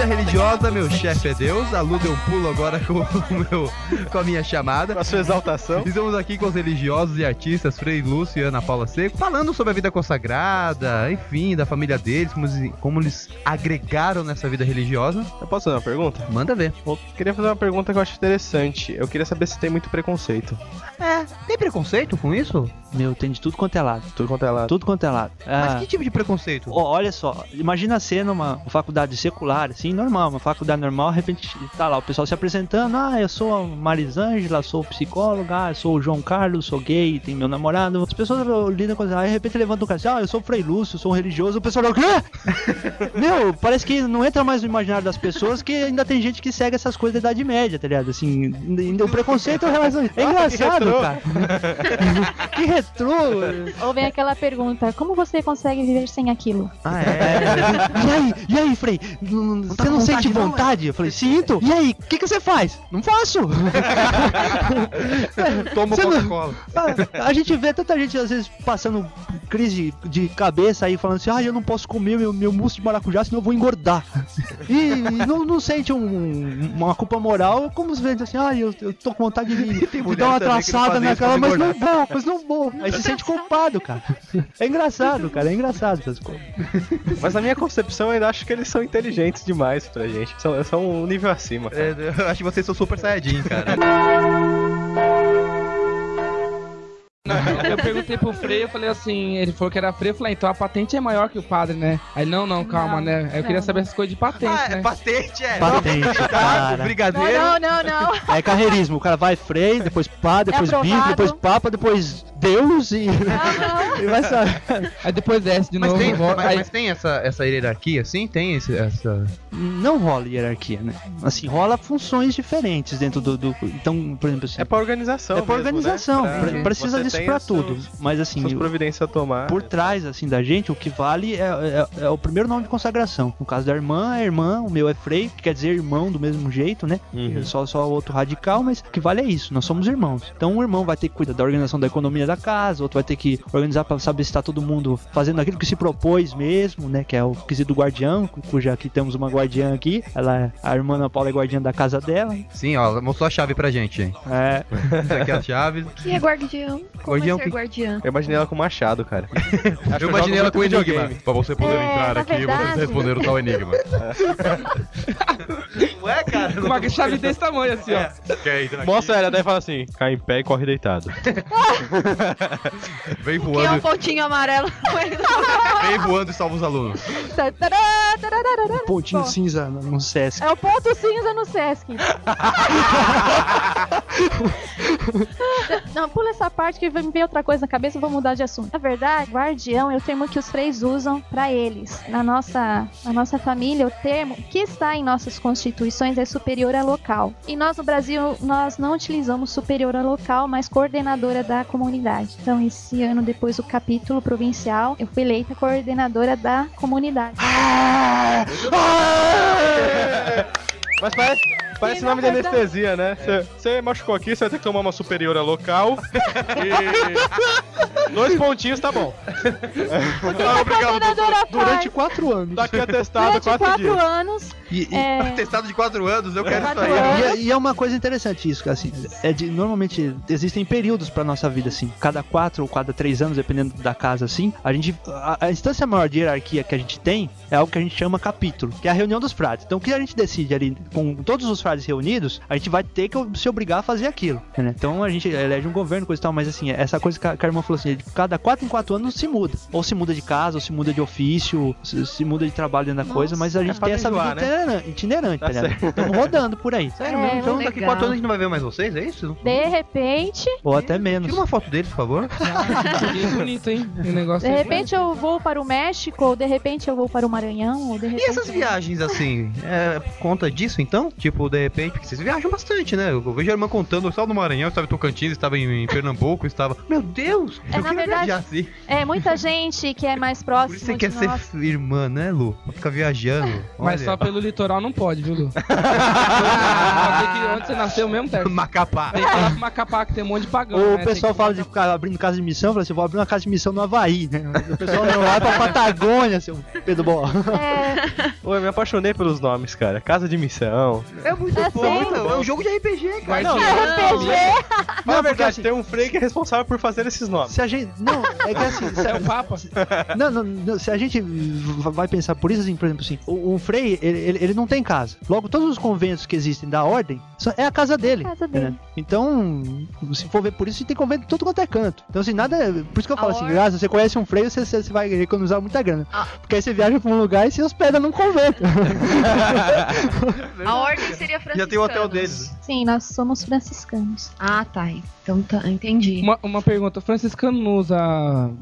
A: religiosa, meu chefe é Deus. A Lu deu um pulo agora com, o meu, com a minha chamada.
C: A sua exaltação.
A: Estamos aqui com os religiosos e artistas Frei Lúcio e Ana Paula Seco, falando sobre a vida consagrada, enfim, da família deles, como, eles- como eles agregaram nessa vida religiosa.
C: Eu posso fazer uma pergunta?
A: Manda ver.
C: Eu queria fazer uma pergunta que eu acho interessante. Eu queria saber se tem muito preconceito.
A: É, tem preconceito com isso?
H: Meu, tem de tudo quanto é lado.
C: Tudo quanto é lado.
H: Tudo quanto é lado. Ah,
A: Mas que tipo de preconceito?
H: ó, olha só, imagina a cena, uma faculdade secular, assim, normal, uma faculdade normal, de repente tá lá o pessoal se apresentando, ah, eu sou a Marisângela, sou psicóloga, ah, eu sou o João Carlos, sou gay, tem meu namorado. As pessoas lidam com isso, aí de repente levantam o cara, assim, ah, eu sou o Frei Lúcio, sou um religioso, o pessoal, o quê? Meu, parece que não entra mais no imaginário das pessoas que ainda tem gente que segue essas coisas da Idade Média, tá ligado? Assim, ainda o preconceito em relação. É engraçado,
C: retrô.
H: cara. que retrô.
E: Ou vem aquela pergunta: como você consegue viver sem aquilo?
A: Ah,
H: E aí, e aí, Frei? Não- não- Você
A: tá
H: não,
A: com
H: sente
A: vontade, não,
H: vontade? Eu falei, sinto. E aí, o que, que você faz? Não faço.
A: Toma
H: Você não-
A: Coca-Cola.
H: Ah, a, a gente vê tanta gente, às vezes, passando crise de cabeça aí, falando assim, ah, eu não posso comer meu, meu mousse de maracujá, senão eu vou engordar. E, e não, não sente um- uma culpa moral, como se vendo assim, ah, eu, eu tô com vontade de, de
A: mulher
H: dar uma
A: também que não
H: traçada
A: faz isso
H: naquela,
A: pra
H: mas não
A: engordar."
H: vou, mas não vou. Aí se sente culpado, cara. É engraçado, cara, é engraçado essas coisas.
C: Mas na minha concepção, eu ainda acho que eles são inteligentes demais pra gente. São, são um nível acima.
A: É, eu acho que vocês são super saiyajin, cara.
D: Eu perguntei pro Frei, eu falei assim, ele falou que era Frei, eu falei, então a patente é maior que o padre, né? Aí, não, não, calma,
E: Não,
D: né? Aí eu
E: não,
D: queria
E: não.
D: saber essas coisas de patente,
B: Ah, é
D: né?
B: patente, é.
H: Patente,
A: Tá?
H: cara.
E: Não,
A: Brigadeiro.
E: não, não, não. É
H: É carreirismo, o cara vai freio, depois pá, depois bis,
E: aprovado.
H: depois papa, depois Deus e.
E: não,
H: e vai saber.
D: Aí depois desce de
A: Mas
D: novo.
A: tem,
D: volta,
A: mas,
D: aí-
A: mas tem essa, essa hierarquia, sim? Tem esse- essa.
H: Não rola hierarquia, né? Assim, rola funções diferentes dentro do. do- então, por exemplo, assim.
C: É pra organização.
H: é pra
C: mesmo, né?
H: organização,
C: Pra-
H: pre- precisa
C: você
H: disso
C: tem
H: pra
C: os
H: tudo.
C: seus-
H: Mas assim,
C: Suas providências a tomar.
H: por trás assim da gente, o que vale é, é- é o primeiro nome de consagração. No caso da irmã, é irmã, o meu é Frei, que quer dizer irmão do mesmo jeito, né?
C: Uhum.
H: Só, só outro radical, mas o que vale é isso, nós somos irmãos. Então um irmão vai ter que cuidar da organização da economia da casa, outro vai ter que organizar pra saber se tá todo mundo fazendo aquilo que se propôs mesmo, né? Que é o quesito do guardião, cu- cuja aqui temos uma guardiã aqui, ela é- a irmã Ana Paula é guardiã da casa dela.
A: Sim, ó, ela mostrou a chave pra gente, hein?
H: É,
A: Isso aqui é a chave.
F: Que é guardião? Como
A: Guardião
F: é
A: que-
F: ser guardião?
C: Eu imaginei ela com machado, cara.
A: Eu imaginei ela com o enigma.
I: Pra você poder
E: É,
I: entrar
E: na
I: aqui, vocês
E: verdade.
I: responderam tal enigma.
B: Ué, é, cara.
D: Com uma chave desse tamanho, assim, ó.
A: é
I: Quer entrar aqui?
C: Mostra ela, daí fala assim: cai em pé e corre deitado.
A: Vem
F: Que é um
A: voando,
F: pontinho amarelo.
A: vem voando e salva os alunos.
E: tá- tará, tarararara.
H: um pontinho
E: Pô.
H: cinza no, no Sesc.
E: É o ponto cinza no Sesc. Não, pula essa parte que vai me ver outra coisa na cabeça e vou mudar de assunto. Na verdade, guardião é o termo que os freis usam pra eles. Na nossa, na nossa família, o termo que está em nossas constituições é superior a local. E nós no Brasil, nós não utilizamos superior a local, mas coordenadora da comunidade. Então, esse ano, depois do capítulo provincial, eu fui eleita coordenadora da comunidade.
C: Mas parece. Parece
E: Sim,
C: nome de
E: na verdade-
C: anestesia, né? Você machucou aqui, você vai ter que tomar uma superiora local. e- Dois pontinhos, tá bom.
E: A coordenadora
H: Durante
E: faz
H: quatro anos.
C: Daqui atestado,
E: durante
C: é quatro
E: quatro
C: dias.
E: anos
A: E, e
E: É.
A: testado de 4 anos, eu quero isso
E: Quatro
A: aí.
H: E é-
E: anos.
H: E, é uma coisa interessante isso, cara, assim, é de, normalmente existem períodos pra nossa vida, assim, cada quatro ou cada três anos, dependendo da casa, assim, a gente, a, a instância maior de hierarquia que a gente tem é algo que a gente chama capítulo, que é a reunião dos frades. Então, o que a gente decide ali, com todos os frades reunidos, a gente vai ter que se obrigar a fazer aquilo, né? Então, a gente elege um governo, coisa e tal, mas assim, essa coisa que a, que a irmã falou assim, de cada quatro em quatro anos se muda, ou se muda de casa, ou se muda de ofício, se, se muda de trabalho dentro da coisa, mas a gente
C: pra
H: tem essa vida
C: zoar, né?
H: itinerante, itinerante
C: Tá
H: tá ligado? Estamos rodando por aí.
A: Sério
E: É,
A: mesmo? Então
F: legal.
A: daqui 4 anos a gente não vai ver mais vocês, é isso?
E: De repente,
H: Ou até menos.
A: Tira uma foto deles, por favor.
D: Que bonito, hein? O negócio
E: de
D: é
E: repente eu vou para o México, ou de repente eu vou para o Maranhão, ou de
A: E
E: repente.
A: essas viagens, assim, é por conta disso, então? Tipo, de repente, porque vocês viajam bastante, né? Eu vejo a irmã contando, eu estava no Maranhão, eu estava em Tocantins, eu estava em, em Pernambuco, eu estava... Meu Deus!
E: É,
A: eu
E: na
A: queria
E: verdade,
A: viajar assim.
E: É muita gente que é mais
A: Por
E: próximo
A: isso você
E: de
A: quer
E: nós.
A: ser irmã, né, Lu? Pra ficar viajando.
D: Mas
A: Olha.
D: só pelo litoral não pode, viu, Lu? Tem que- Onde você nasceu mesmo, Teco?
A: Macapá.
D: Tem que falar pra Macapá que tem um monte de pagão.
H: Ou
D: né?
H: o pessoal
D: Tem que-
H: fala de ficar abrindo casa de missão, fala assim, vou abrir uma casa de missão no Havaí, né? O pessoal não vai pra Patagônia, seu Pedro Bola.
E: É,
C: Pô, eu me apaixonei pelos nomes, cara. Casa de Missão.
B: É muito
E: Tá
B: bom,
A: né?
E: sendo.
B: é um jogo de RPG, cara.
C: Não,
E: RPG.
C: Mas na
H: porque
C: verdade,
H: assim-
C: tem um freio que é responsável por fazer esses nomes.
H: Se a gente. Não, é que assim. Se
D: É
H: a,
D: o Papa?
H: não, não, não, se a gente v- vai pensar por isso, assim, por exemplo, assim, o, o Frei, ele, ele, ele não tem casa. Logo, todos os conventos que existem da ordem são- é a casa dele.
E: Casa dele.
H: né? Então, se for ver por isso, tem convento em tudo quanto é canto. Então, assim, nada. Por isso que eu
F: A
H: falo assim,
F: ordem-
H: graças, você conhece um freio, você, você você vai economizar muita grana.
F: Ah.
H: Porque aí você viaja pra um lugar e se hospeda num convento.
F: A ordem seria franciscana.
A: é? Já tem o hotel deles.
E: Sim, nós somos franciscanos.
F: Ah, tá. Então tá, entendi.
D: Uma, uma pergunta, o franciscano não usa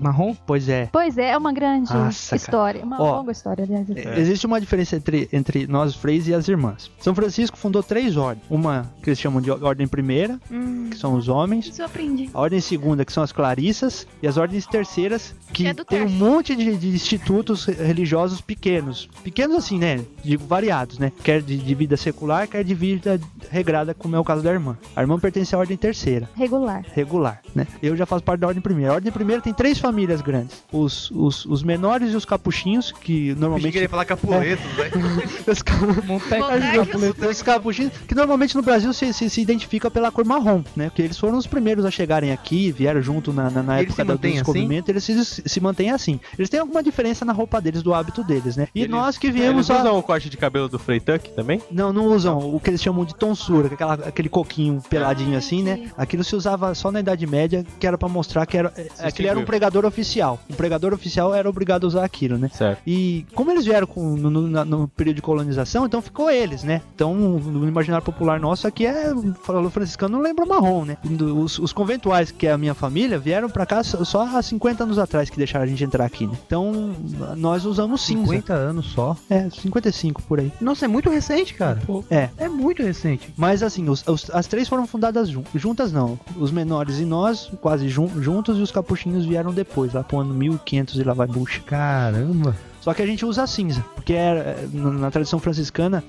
D: marrom?
H: pois é.
E: Pois é, é uma grande
H: Nossa, cara.
E: história. Uma
H: Ó.
E: longa história, aliás.
H: É. Existe uma diferença entre, entre nós freis e as irmãs. São Francisco fundou três ordens. Uma que eles chamam de ordem primeira,
F: Hum,
H: que são os homens.
F: isso eu aprendi.
H: A ordem segunda, que são as clarissas. E as ordens terceiras, que
F: É do
H: tem um
F: terço.
H: monte de, de institutos religiosos pequenos. Pequenos assim, né? Digo, variados, né? Quer de, de vida secular, quer de vida regrada, como é o caso da irmã. A irmã pertence à ordem terceira
E: Regular.
H: regular, né? Eu já faço parte da Ordem Primeira. A Ordem Primeira tem três famílias grandes. Os, os, os menores e os capuchinhos, que
A: Fingi que ele
H: normalmente...
A: ia falar né? capoetas, velho.
H: Os, ca-
D: Monteca.
F: Monarcas,
H: os capuchinhos, que normalmente no Brasil se, se, se identifica pela cor marrom, né? Porque eles foram os primeiros a chegarem aqui, vieram junto na, na, na
A: Eles
H: época
A: se
H: da- do
A: mantêm assim?
H: descobrimento, eles se, se mantêm assim. Eles têm alguma diferença na roupa deles, do hábito deles, né? E
C: Eles-
H: nós
A: é,
H: que
C: Eles
H: viemos a...
C: usam o corte de cabelo do Frei Tuck também?
H: Não, não usam o que eles chamam de tonsura, que é aquela, aquele coquinho peladinho
F: Ah,
H: assim, né?
F: entendi.
H: Aquilo se usava só na Idade Média, que era pra mostrar que era, é, aquele era um
C: distinguiu.
H: pregador oficial. O pregador oficial era obrigado a usar aquilo, né?
C: Certo.
H: E como eles vieram com- no, no- na- no período de colonização, então ficou eles, né? Então, no imaginário popular nosso aqui é, falando franciscano, não lembra marrom, né? Do- Os, os conventuais, que é a minha família, vieram pra cá só só há 50 anos atrás que deixaram a gente entrar aqui, né? Então, nós usamos cinza.
A: 50 anos só.
H: É, 55 por aí.
A: Nossa, é muito recente, cara.
H: É.
A: É muito recente.
H: Mas assim, os- os- as três foram fundadas jun- juntas, não. Os menores e nós, quase jun- juntos, e os capuchinhos vieram depois, lá pro ano 1500 e lá vai bucha.
A: Caramba.
H: Só que a gente usa cinza, porque era, na, na tradição franciscana,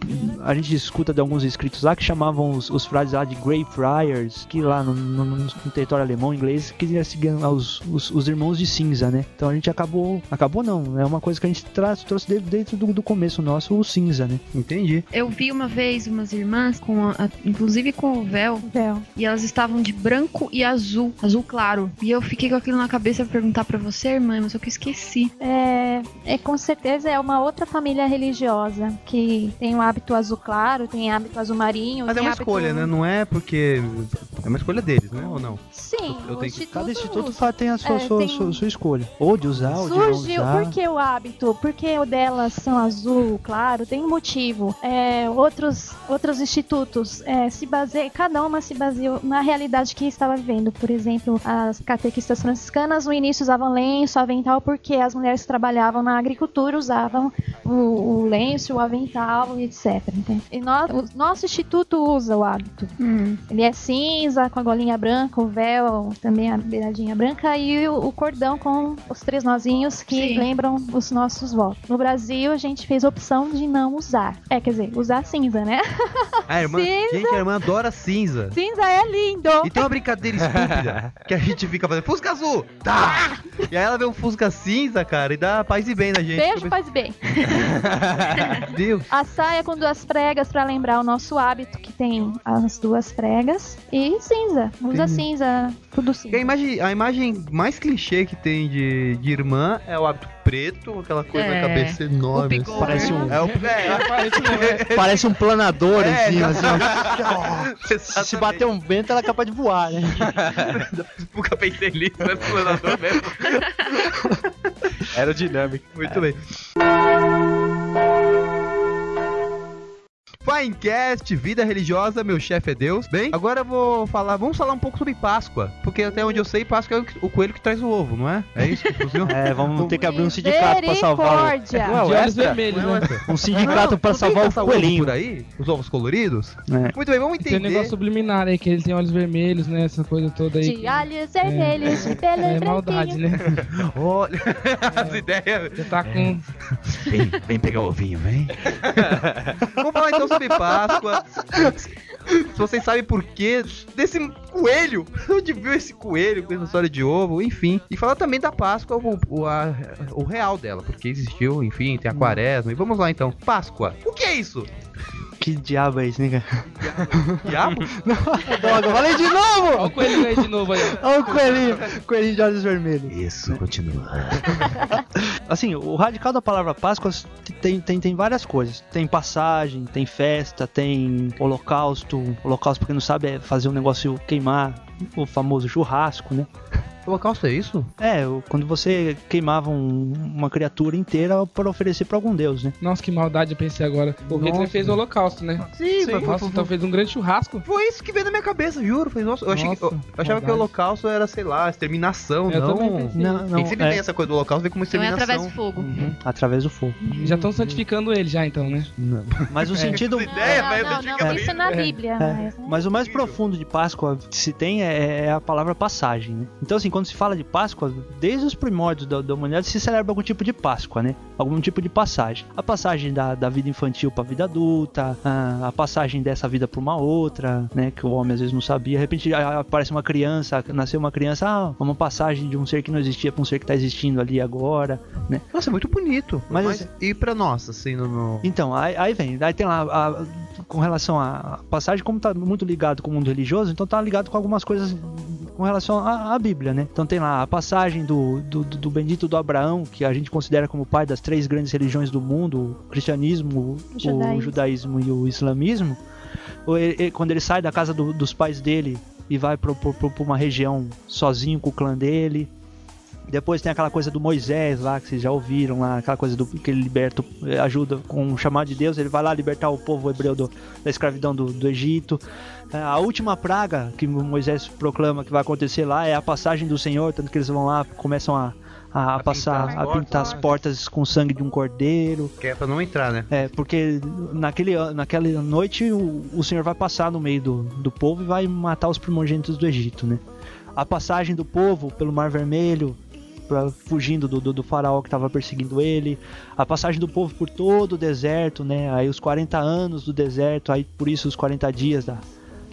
H: a gente escuta de alguns escritos lá que chamavam os, os frades lá de Grey Friars, que lá no, no- no- no território alemão, inglês, que seguiam os, os, os irmãos de cinza, né? Então a gente acabou. Acabou não, é uma coisa que a gente tra- trouxe de- dentro do, do começo nosso, o cinza, né?
A: Entendi.
F: Eu vi uma vez umas irmãs, com a- a- inclusive com o véu,
E: Véu.
F: e elas estavam de branco e azul, azul claro. E eu fiquei com aquilo na cabeça pra perguntar pra você, irmã, mas só que eu esqueci.
E: É, é, com certeza é uma outra família religiosa que tem um hábito azul claro, tem hábito azul marinho.
A: Mas é
E: tem
A: uma
E: hábito-
A: escolha, né? Não é porque. É uma escolha deles, né? Ou não?
E: Sim,
A: Eu
E: o
A: tenho-
E: instituto,
H: Cada instituto fa- tem a sua,
E: É,
H: sua,
E: tem-
H: sua, sua escolha. Ou de usar, ou de não
E: surgiu.
H: usar.
E: Por que o hábito? Porque o delas são azul claro? Tem um motivo. É, outros, outros institutos é, se baseiam, cada uma se baseou na realidade que estava vivendo. Por exemplo, as catequistas franciscanas no início usavam lenço, avental, porque as mulheres que trabalhavam na agricultura usavam o, o lenço, o avental e etc. entende? E nós, o nosso instituto usa o hábito.
F: Hum.
E: Ele é cinza, com a golinha branca, o véu, também a beiradinha branca e o, o cordão com os três nozinhos que
F: Sim.
E: lembram os nossos votos. No Brasil, a gente fez a opção de não usar. É, quer dizer, usar cinza, né?
A: A irmã.
E: Cinza.
A: Gente, a irmã adora cinza.
E: Cinza é lindo!
A: E tem Então uma brincadeira estúpida que a gente fica fazendo Fusca azul! Tá! E aí ela vê um Fusca cinza, cara, e dá paz e bem na gente.
E: Beijo, faz bem.
A: Meu Deus!
E: A saia com duas pregas pra lembrar o nosso hábito que tem as duas pregas. E cinza. Usa
A: Entendi.
E: cinza, tudo
A: Porque A
E: cinza.
A: imagem, a imagem mais clichê que tem de, de irmã é o hábito preto, aquela coisa na
F: É.
A: cabeça
F: O
A: enorme.
F: bigode.
H: Parece um,
A: É o é,
H: parece um planador
A: É,
H: em cima, assim. ó.
A: exatamente.
H: Se bater um vento, ela é capaz de voar, né?
I: Nunca pensei nisso, né? Planador mesmo.
H: É.
C: Aerodinâmico.
A: Muito bem. Finecast, vida religiosa, meu chefe é Deus. Bem, agora eu vou falar, vamos falar um pouco sobre Páscoa, porque até onde eu sei, Páscoa é o que- o coelho que traz o ovo, não é? É isso que funciona?
H: É, vamos ter que abrir um sindicato pra salvar
E: Misericórdia.
A: Não é o
D: De olhos
A: Extra?
D: vermelhos,
A: Não é o
D: né?
A: Extra?
H: o, um sindicato pra
A: não tem
H: salvar o
A: caça-ovo
H: coelhinho.
A: por aí? Os ovos coloridos?
H: É.
A: Muito bem, vamos
D: Tem um negócio
A: entender.
D: subliminar aí, que ele tem olhos vermelhos, né? Essa coisa toda aí.
E: De olhos vermelhos, de pelo
D: É maldade,
E: branquinho.
D: né?
A: Olha,
D: É.
A: as ideias.
D: Você tá com.
G: Vem, vem pegar o ovinho, vem.
A: Vamos falar então sobre Páscoa. Se vocês sabem por quê desse coelho, onde viu esse coelho com essa história de ovo, enfim. E falar também da Páscoa, o, o, a- o real dela, porque existiu, enfim, tem a quaresma. E vamos lá então. Páscoa. O que é isso?
H: Que diabo é isso, né, cara?
A: Diabo?
H: Droga, falei de
D: Olha
H: novo!
D: o coelho aí de novo aí.
H: Olha o coelhinho, coelhinho de olhos vermelhos.
G: Isso, continua.
H: Assim, o radical da palavra Páscoa tem, tem, tem várias coisas. Tem passagem, tem festa, tem holocausto. Holocausto, pra quem não sabe, é fazer um negócio queimar, o famoso churrasco, né?
A: O holocausto é isso?
H: É, o- quando você queimava um- uma criatura inteira para oferecer pra algum deus, né?
D: Nossa, que maldade eu pensei agora. O Hitler fez o holocausto, né?
A: Sim, mas
D: Nossa, então fez um grande churrasco.
A: Foi isso que veio na minha cabeça, juro. Falei, nossa, eu, achei que, eu,
D: Nossa,
A: eu achava que
D: maldade.
A: o holocausto era, sei lá, exterminação,
D: Eu também
A: não.
D: pensei.
H: Não, não,
A: Quem sempre
H: é,
A: tem essa coisa do holocausto vem como
F: Não é
A: exterminação.
F: através do fogo.
H: através do fogo.
D: Já estão santificando ele já, então, né?
H: Mas o sentido...
E: Não,
A: Ideia, É, mas eu
E: não,
A: tinha
E: não,
A: que
E: não,
A: abrir.
E: isso na Bíblia. mas, né?
H: Mas o mais profundo de Páscoa que se tem é é a palavra passagem, né? Então, assim, quando se fala de Páscoa, desde os primórdios da, da humanidade se celebra algum tipo de Páscoa, né? Algum tipo de passagem. A passagem da, da vida infantil pra vida adulta, a, a passagem dessa vida pra uma outra, né? Que o homem às vezes não sabia. De repente a- a- aparece uma criança, nasceu uma criança, ah, uma passagem de um ser que não existia pra um ser que tá existindo ali agora.
A: Nossa, é muito bonito.
H: Mas
A: Mas, e pra nós, assim, no. no-
H: Então, aí, aí vem, aí tem lá a- com relação à passagem, como tá muito ligado com o mundo religioso, então tá ligado com algumas coisas com relação à, à Bíblia, né? Então tem lá a passagem do, do, do bendito do Abraão, que a gente considera como pai das três grandes religiões do mundo, o cristianismo, o
E: Judaísmo.
H: o judaísmo e o islamismo. Ou ele- ele- quando ele sai da casa do- dos pais dele e vai para uma região sozinho com o clã dele, depois tem aquela coisa do Moisés lá, que vocês já ouviram lá, aquela coisa do que ele liberta, eh, ajuda com o chamado de Deus, ele vai lá libertar o povo hebreu do- da escravidão do, do Egito. Eh, A última praga que o Moisés proclama que vai acontecer lá é a passagem do Senhor, tanto que eles vão lá, começam a, a,
A: pintar
H: passar,
A: as
H: a
A: portas.
H: pintar as portas com o sangue de um cordeiro.
A: Que é pra não entrar, né?
H: É, porque naquele, an- naquela noite o, o Senhor vai passar no meio do, do povo e vai matar os primogênitos do Egito, né? A passagem do povo pelo Mar Vermelho, pra, fugindo do, do, do faraó que estava perseguindo ele. A passagem do povo por todo o deserto, né? Aí os 40 anos do deserto, aí por isso os 40 dias da,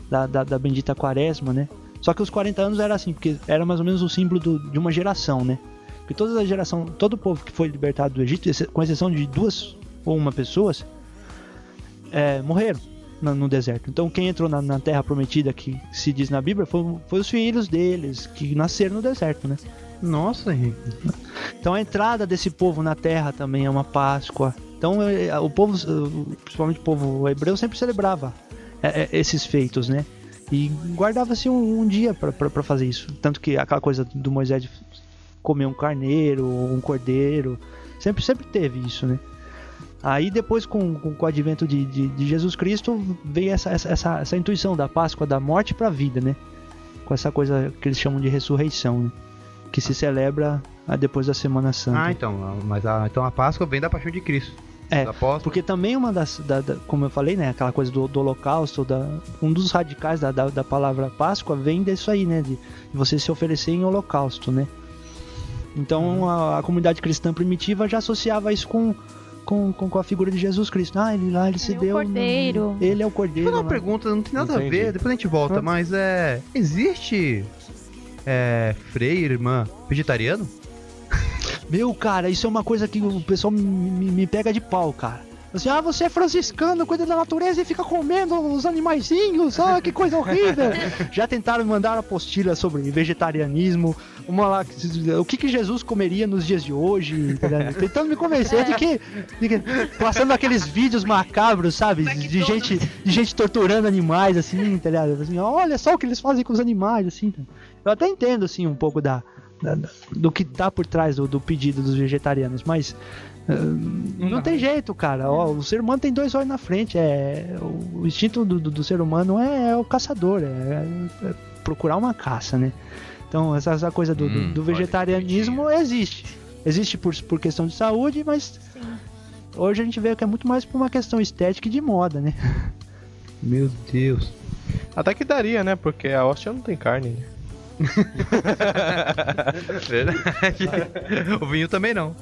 H: da, da, da bendita quaresma, né? Só que os 40 anos era assim, porque era mais ou menos um símbolo do- de uma geração, né? Porque toda a geração, todo o povo que foi libertado do Egito, exce- com exceção de duas ou uma pessoas, é, morreram na- no, deserto. Então quem entrou na, na terra prometida que se diz na Bíblia foi, foi os filhos deles que nasceram no deserto, né?
A: Nossa, Henrique.
H: Então a entrada desse povo na terra também é uma Páscoa. Então eh, o povo, eh, principalmente o povo hebreu, sempre celebrava eh, eh, esses feitos, né? E guardava-se um, um dia para fazer isso. Tanto que aquela coisa do Moisés de comer um carneiro ou um cordeiro, sempre, sempre teve isso, né? Aí depois, com, com, com o advento de, de, de Jesus Cristo, veio essa, essa, essa, essa intuição da Páscoa, da morte para a vida, né? Com essa coisa que eles chamam de ressurreição, né? Que se celebra ah, depois da Semana Santa.
A: Ah, então. ah, Mas a, então a Páscoa vem da paixão de Cristo.
H: É,
A: Da Páscoa.
H: Porque também uma das, da- da- como eu falei, né, aquela coisa do, do holocausto, da, um dos radicais da, da, da palavra Páscoa vem disso aí, né, de você se oferecer em holocausto, né.
A: Uhum.
H: Então a, a comunidade cristã primitiva já associava isso com, com, com, com a figura de Jesus Cristo. Ah, ele lá, ele se
E: Ele é o
H: deu...
E: cordeiro.
H: Ele é o
A: Deixa eu
H: cordeiro.
A: fazer uma
H: lá.
A: pergunta, não tem nada a
C: Entendi.
A: ver, depois a gente volta,
H: Ah.
A: mas é. Existe. É. Freira, irmã, vegetariano?
H: Meu, cara, isso é uma coisa que o pessoal me, me- me pega de pau, cara. Assim, ah, você é franciscano, cuida da natureza e fica comendo os animaizinhos, ah, que coisa horrível. Já tentaram me mandar apostila sobre vegetarianismo, uma lá, que- o que, que Jesus comeria nos dias de hoje, entendeu? tentando me convencer de, que, de que- passando aqueles vídeos macabros, sabe, de gente, de gente torturando animais, assim, entendeu? Assim, olha só o que eles fazem com os animais, assim. Eu até tá entendo, assim, um pouco da, da- da- do que tá por trás do, do pedido dos vegetarianos, mas Não, tem jeito, cara. Ó, o ser humano tem dois olhos na frente. É, o o instinto do, do- do ser humano é, é o caçador, é, é procurar uma caça, né? Então essa, essa coisa do, do-
I: Hum,
H: do
I: olha que
H: vegetarianismo existe. Existe por, por questão de saúde, mas hoje a gente vê que é muito mais por uma questão estética e de moda, né?
A: Meu Deus.
C: Até que daria, né? Porque a hóstia não tem carne. né?
A: Verdade. o vinho também não.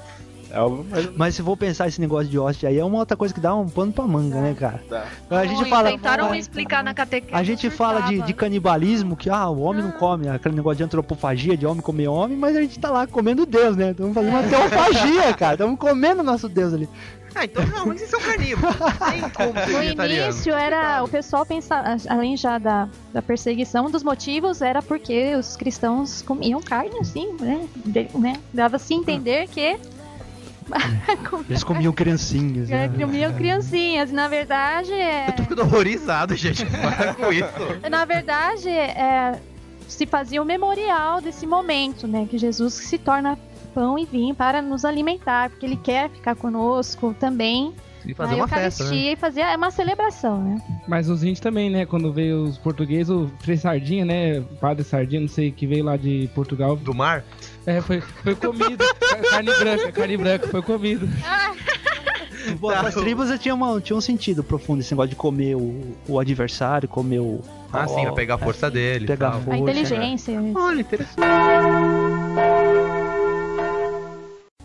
C: É óbvio, mas
H: Mas se for pensar esse negócio de hóstia aí, é uma outra coisa que dá um pano pra manga, né, cara?
C: Dá.
H: A gente
F: Oi,
H: fala,
F: Tentaram
H: "Vai,
F: explicar na catequese.
H: A gente fala de, de canibalismo, que ah, o homem não come, aquele negócio de antropofagia, de homem comer homem, mas a gente tá lá comendo Deus, né? Estamos fazendo uma teofagia, cara. Estamos comendo nosso Deus ali.
B: Ah, então não, mas vocês
A: é um
B: são carnívoros. Não tem como ser
E: No
B: vegetariano.
E: início era o pessoal pensava, além já da, da perseguição, um dos motivos era porque os cristãos comiam carne, assim, né? De- né? Dava-se entender que
H: Eles comiam criancinhas.
E: é,
H: Né?
E: comiam criancinhas. Na verdade, é,
A: Eu tô ficando horrorizado, gente. Para com isso.
E: na verdade é, se fazia o memorial desse momento, né? Que Jesus se torna pão e vinho para nos alimentar, porque ele quer ficar conosco também.
A: E fazer
E: na
A: uma festa, né?
E: Eucaristia e fazer é uma celebração, né?
D: Mas os índios também, né? Quando veio os portugueses, o Frei Sardinha, né? o Padre Sardinha, não sei, que veio lá de Portugal.
A: Do mar?
D: É, foi, foi comido. carne branca, carne branca, foi comido.
H: Bom, As tribos eh, tinha, uma, tinha um sentido profundo, esse negócio de comer o, o adversário, comer o.
A: Ah, sim,
H: o-
A: vai pegar a força dele. e
H: pegar né?
A: tal.
H: fogo.
E: A
H: Poxa,
E: inteligência.
A: Olha, interessante.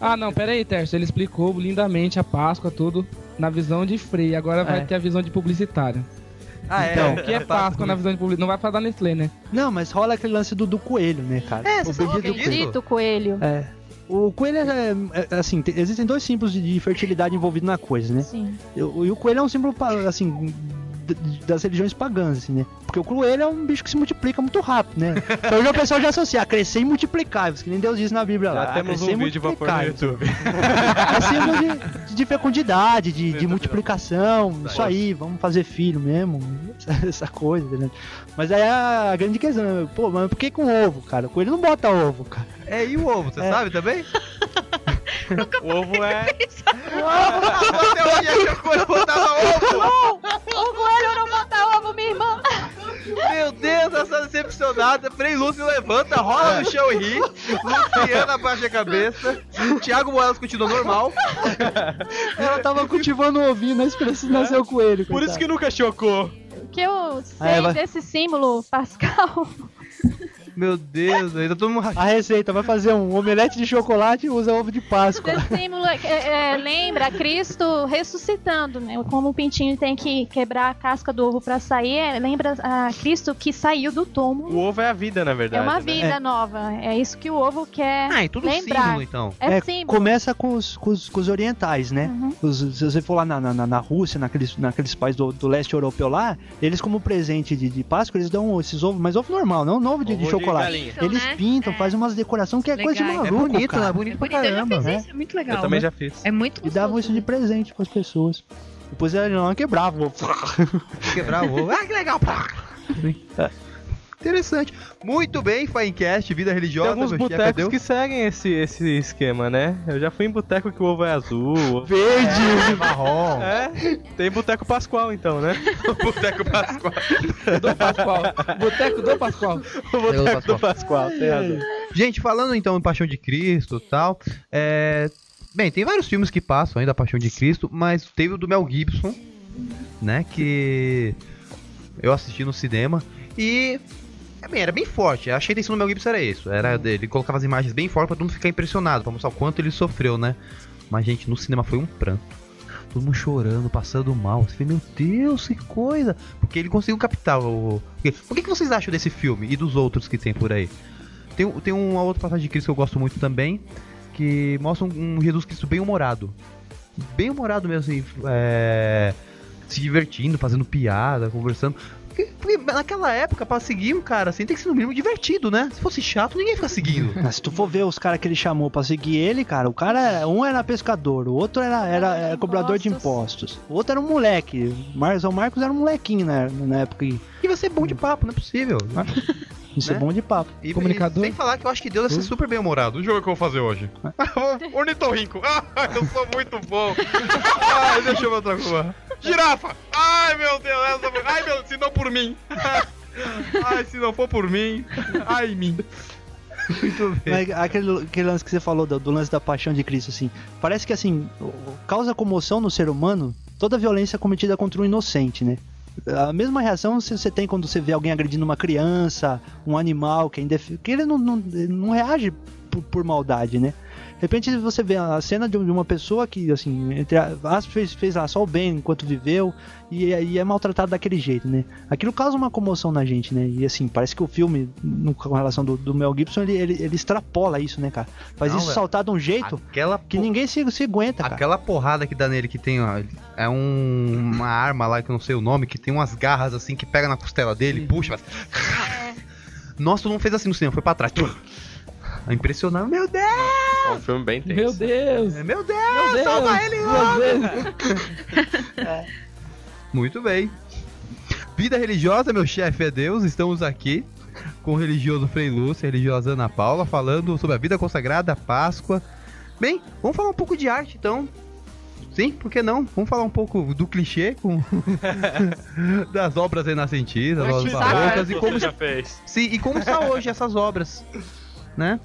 D: Ah, não, pera aí, Tércio. Ele explicou lindamente a Páscoa, tudo, na visão de Frei. Agora vai
H: É.
D: ter a visão de publicitário.
A: Ah, é.
H: Então,
D: O que é Páscoa na visão de publicitário? Não vai falar da Nestlé, né?
H: Não, mas rola aquele lance do, do coelho, né, cara?
A: É, vocês
E: Eu
A: falam
E: acredito,
A: disso?
E: coelho.
H: É. O coelho é, é, assim, te- existem dois símbolos de- de fertilidade envolvido na coisa, né?
E: Sim.
H: E o e o coelho é um símbolo, pa- assim, d- d- das religiões pagãs, assim, né? Porque o coelho é um bicho que se multiplica muito rápido, né? Então já o pessoal já associa a crescer e multiplicar, que nem Deus diz na Bíblia lá.
C: já temos
H: crescer
C: um
H: e
C: vídeo pra pôr no
H: multiplicar. né?
C: YouTube.
H: É símbolo de, de fecundidade, de, de multiplicação, isso aí, vamos fazer filho mesmo, essa, essa coisa, né? Mas aí a grande questão, né? pô, mas por que com ovo, cara? O coelho não bota ovo, cara.
A: É, e o ovo, você
H: É.
A: sabe também?
C: O ovo é.
A: Até hoje é que eu coisa botava ovo.
E: O coelho não bota ovo, minha irmã.
A: Meu Deus, eu sou decepcionada. Frei Lúcio levanta,
C: É.
A: rola no chão e ri. Luciana abaixa a cabeça. Thiago Moelas continua normal.
H: Ela tava cultivando o ovinho na esperança de nascer o coelho.
C: Por isso que nunca chocou.
E: O que eu sei
H: É, vai-
E: desse símbolo pascal
A: Meu Deus, ainda todo mundo
H: A receita vai fazer um omelete de chocolate e usa ovo de Páscoa.
E: Esse símbolo é- é- é, lembra Cristo ressuscitando, né? Como o pintinho tem que quebrar a casca do ovo pra sair, é, lembra ah, Cristo que saiu do
C: O
E: túmulo.
C: ovo é a vida, na verdade.
E: É uma
C: né?
E: vida nova. É isso que o ovo quer.
A: Ah, e tudo
E: Lembrar.
A: símbolo, então.
E: É,
H: É,
E: símbolo.
H: começa com os, com os- com os orientais, né?
E: Uhum.
H: Os- se você for lá na, na, na- na Rússia, naqueles, naqueles países do, do leste europeu lá, eles como presente de, de Páscoa, eles dão esses ovos, mas ovo normal, não ovo de, de
C: Ovo de
H: chocolate.
C: galinha.
F: Então,
H: eles
F: né?
H: pintam,
F: É.
H: fazem umas decoração que é coisa de
F: Legal.
H: maluco, cara.
A: bonito
F: Bonito, eu já fiz
H: né?
F: isso, é muito legal.
C: Eu também
F: né?
C: já fiz.
F: É muito
H: E
F: gostoso.
H: davam isso de presente pras pessoas. Depois eles não quebravam o ovo.
A: Quebrar o ovo. Ah, que legal. Pá. Interessante. Muito bem, Finecast, vida
C: É. Tem
A: religiosa.
C: alguns
A: meu chefe, é
C: botecos
A: deu.
C: que seguem esse, esse esquema, né? Eu já fui em boteco que o ovo é azul. o ovo-
A: É, marrom.
C: É, tem boteco pascual então, né?
I: Boteco Pascoal.
D: Do Pascoal. Boteco do Pascoal.
C: O boteco
A: Pascoal.
C: do Pascoal, tem razão.
A: Gente, falando então em Paixão de Cristo e tal, é... Bem, tem vários filmes que passam ainda a Paixão de Cristo, mas teve o do Mel Gibson, né, que eu assisti no cinema e... é, Bem, era bem forte, achei a intenção do Mel Gibson era isso, era ele colocava as imagens bem fortes pra todo mundo ficar impressionado, pra mostrar o quanto ele sofreu, né. Mas, gente, no cinema foi um pranto. Todo mundo chorando, passando mal. Você fala, meu Deus, que coisa! Porque ele conseguiu captar o. Porque- O que que vocês acham desse filme e dos outros que tem por aí? Tem, tem uma outra passagem de Cristo que eu gosto muito também, que mostra um, um Jesus Cristo bem humorado. Bem humorado mesmo, assim, é, se divertindo, fazendo piada, conversando. Porque, porque naquela época, pra seguir um cara assim, tem que ser no mínimo divertido, né? Se fosse chato, ninguém fica seguindo.
H: Ah, se tu for ver os caras que ele chamou pra seguir ele, cara, o cara, um era pescador, o outro era, era, era cobrador de impostos, o outro era um
C: Né?
H: moleque, o Marcos, o Marcos era um molequinho na, na época. E,
A: E vai ser bom de papo, não é possível.
H: Isso é
B: Né?
H: bom de papo.
B: E,
D: Comunicador.
B: E, sem falar que eu acho que Deus
A: é
B: deve ser super bem humorado.
I: O jogo que eu vou fazer hoje. Ornitorrinco. Ah, eu sou muito bom.
A: Ah,
I: Ai, deixa eu botar uma. Girafa. Ai, meu Deus. Essa... Ai, meu Se não por mim. Ai, se não for por mim. Ai, mim.
A: Muito bem.
H: Mas aquele, aquele lance que você falou do, do lance da paixão de Cristo, assim. Parece que, assim, o- causa comoção no ser humano toda violência cometida contra um inocente, né? A mesma reação se você tem quando você vê alguém agredindo uma criança, um animal, que, é indef... que ele não, não, ele não reage por, por maldade, né? De repente você vê a cena de de uma pessoa que, assim, entre as fez, fez lá só o bem enquanto viveu e, é- e é maltratado daquele jeito, né? Aquilo causa uma comoção na gente, né? E assim, parece que o filme, no- com relação do, do Mel Gibson, ele, ele, ele extrapola isso, né, cara? Faz
A: Não,
H: isso
A: velho.
H: saltar de um jeito
A: Aquela,
H: que
A: po-
H: ninguém se, se aguenta, cara.
A: aquela porrada que dá nele que tem, ó, ele- é um- uma arma lá que eu não sei o nome, que tem umas garras assim que pega na costela
D: Uhum.
A: dele, puxa, faz... Nossa, tu não fez assim no cinema, foi pra trás. É Impressionante. Meu Deus!
J: É
A: É,
J: um filme bem
D: Meu
J: tenso.
D: Deus!
A: Meu Deus!
D: Meu Deus!
A: salva ele É.
D: Meu Deus!
A: Muito bem. Vida religiosa, meu chefe é Deus. Estamos aqui com o religioso Frei Lúcio, e a religiosa Ana Paula, falando sobre a vida consagrada, a Páscoa. Bem, vamos falar um pouco de arte então. Sim, por que não? Vamos falar um pouco do clichê com das obras renascentistas, das obras
E: Artista.
A: barrocas e
J: Você
A: como,
J: já fez.
A: sim, e como está hoje essas obras, né?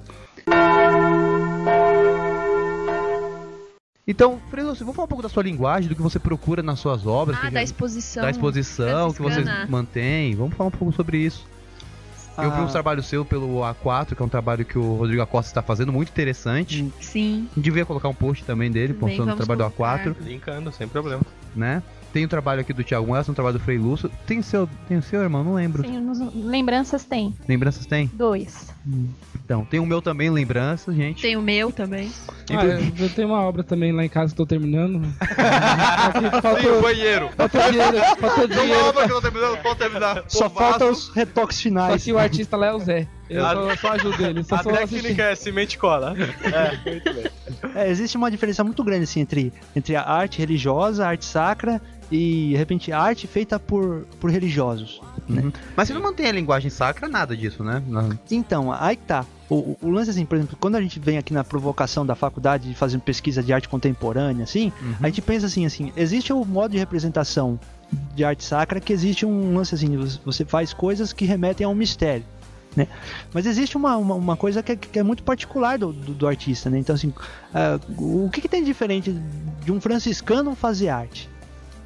A: Então, Frei Lúcio, vamos falar um pouco da sua linguagem, do que você procura nas suas obras.
F: Ah,
A: que
F: da
A: já-
F: exposição.
A: da exposição que vocês
F: franciscana.
A: mantêm. Vamos falar um pouco sobre isso. Eu vi um
H: Ah.
A: trabalho seu pelo A4, que é um trabalho que o Rodrigo Acosta está fazendo, muito interessante.
F: Sim.
A: A gente devia colocar um post também dele,
F: Também
A: postando o
F: vamos
A: trabalho
F: colocar.
A: do A4,
J: Linkando, sem problema.
A: né? Tem o trabalho aqui do Thiago Moessa, um trabalho do Frei Lúcio. Tem o seu, tem o seu irmão, não lembro.
E: Sim, assim, nos- lembranças tem.
A: Lembranças tem?
E: Dois.
A: Então, tem o meu também, lembranças, gente.
F: Tem o meu também.
D: Ah, eu tenho uma obra também lá em casa que eu tô terminando. Aqui
I: Tem o
D: faltou,
I: banheiro.
D: faltou dinheiro, faltou
I: Tem uma
D: dinheiro.
I: obra que eu tô terminando. Posso terminar.
H: Só
I: Povaço.
H: falta os retoques
D: Só
H: finais.
D: que o artista lá é o Zé. Eu
J: A-
D: só, só ajudo ele. Só
J: A
D: sou assim. assistente.
J: técnica é semente e cola. É, muito bem.
H: É, existe uma diferença muito grande assim, entre, entre a arte religiosa, a arte sacra e, de repente, a arte feita por, por religiosos.
A: Mas você não mantém a linguagem sacra, nada disso, né? Não.
H: Então, aí que tá. O, o- o lance, assim, por exemplo, quando a gente vem aqui na provocação da faculdade fazendo pesquisa de arte contemporânea, assim, a gente pensa assim, assim, existe o modo de representação de arte sacra que existe um lance assim, vo- você faz coisas que remetem a um mistério. Né? Mas existe uma, uma, uma coisa que é, que é muito particular do, do, do artista. Né? Então, assim, ah, o que, que tem de diferente de um franciscano fazer arte?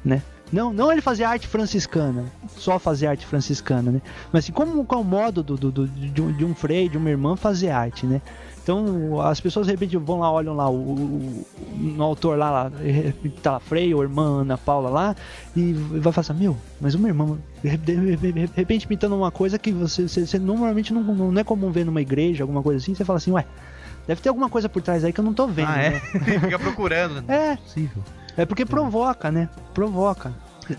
H: Né? Não, não ele fazer arte franciscana, só fazer arte franciscana, né? Mas assim, como, qual é o modo do, do- do- de, um, de um frei, de uma irmã fazer arte, né? Então as pessoas de repente vão lá, olham lá o, o- o- no autor lá, lá, tá lá Frei ou irmã Ana Paula lá, e vai falar assim, meu, mas uma irmã, de de- de- de repente pintando uma coisa que você, você- você normalmente não, não é comum ver numa igreja, alguma coisa assim, você fala assim, ué, deve ter alguma coisa por trás aí que eu não tô vendo.
A: Ah, é?
H: né?
A: Fica procurando. né?
H: é,
A: Possível.
H: é porque provoca, né? Provoca.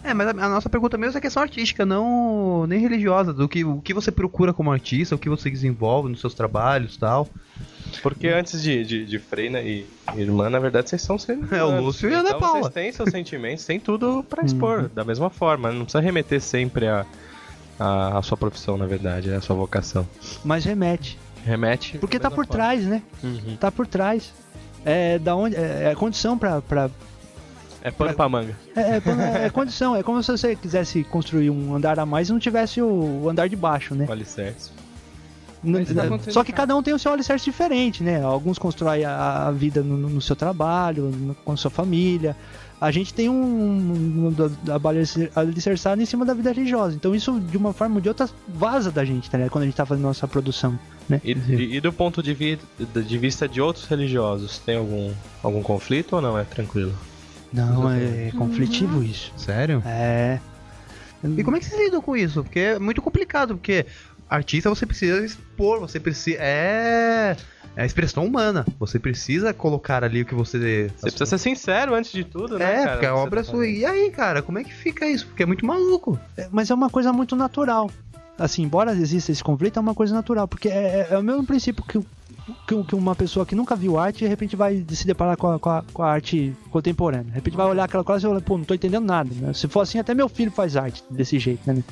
A: É, mas a, a nossa pergunta mesmo é questão artística, não nem religiosa, do que o que você procura como artista, o que você desenvolve nos seus trabalhos, tal.
J: Porque antes de, de, de Freina e irmã, na verdade, vocês são seres
A: É, o
J: humanos.
A: Lúcio e a Ana
J: então,
A: Paula.
J: Vocês têm seus sentimentos, têm tudo pra expor, da mesma forma. Não precisa remeter sempre a, a, a sua profissão, na verdade, a sua vocação.
H: Mas remete.
J: Remete.
H: Porque
J: da
H: tá
J: mesma
H: por
J: forma.
H: trás, né?
J: Uhum.
H: Tá por trás. É da onde. É, é condição pra. pra
J: É pano pra manga.
H: é, é quando- é condição. É como se você quisesse construir um andar a mais e não tivesse o andar de baixo, né?
J: Vale certo.
H: Não-
D: isso tá acontecendo
H: Só que
D: em
H: cada um tem o seu alicerce diferente, né? Alguns constroem a, a vida no, no seu trabalho, no- com sua família. A gente tem um, um, um da- da bala alicer- alicerçado em cima da vida religiosa. Então isso, de uma forma ou de outra, vaza da gente, tá ligado? Quando a gente tá fazendo nossa produção, né?
J: E, e- e do ponto de, vi- de vista de outros religiosos, tem algum, algum conflito ou não? É tranquilo.
H: Não, é, conflitivo isso.
A: Sério?
H: É.
A: E como é que vocês lidam com isso? Porque é muito complicado, porque artista você precisa expor, você precisa é é a expressão humana. Você precisa colocar ali o que você tá
J: Você precisa ser sincero antes de tudo, né?
A: É,
J: cara,
A: porque a
J: no que
A: obra é
J: você tá
A: sua. E aí, cara, como é que fica isso? Porque é muito maluco.
H: É, mas é uma coisa muito natural. Assim, embora exista esse conflito, é uma coisa natural, porque é, é- é o mesmo princípio que o- que, que uma pessoa que nunca viu arte, de repente vai se deparar com a, com a- com a arte contemporânea. De repente vai olhar aquela coisa e vai falar, pô, não tô entendendo nada. né? Se for assim, até meu filho faz arte desse jeito, né?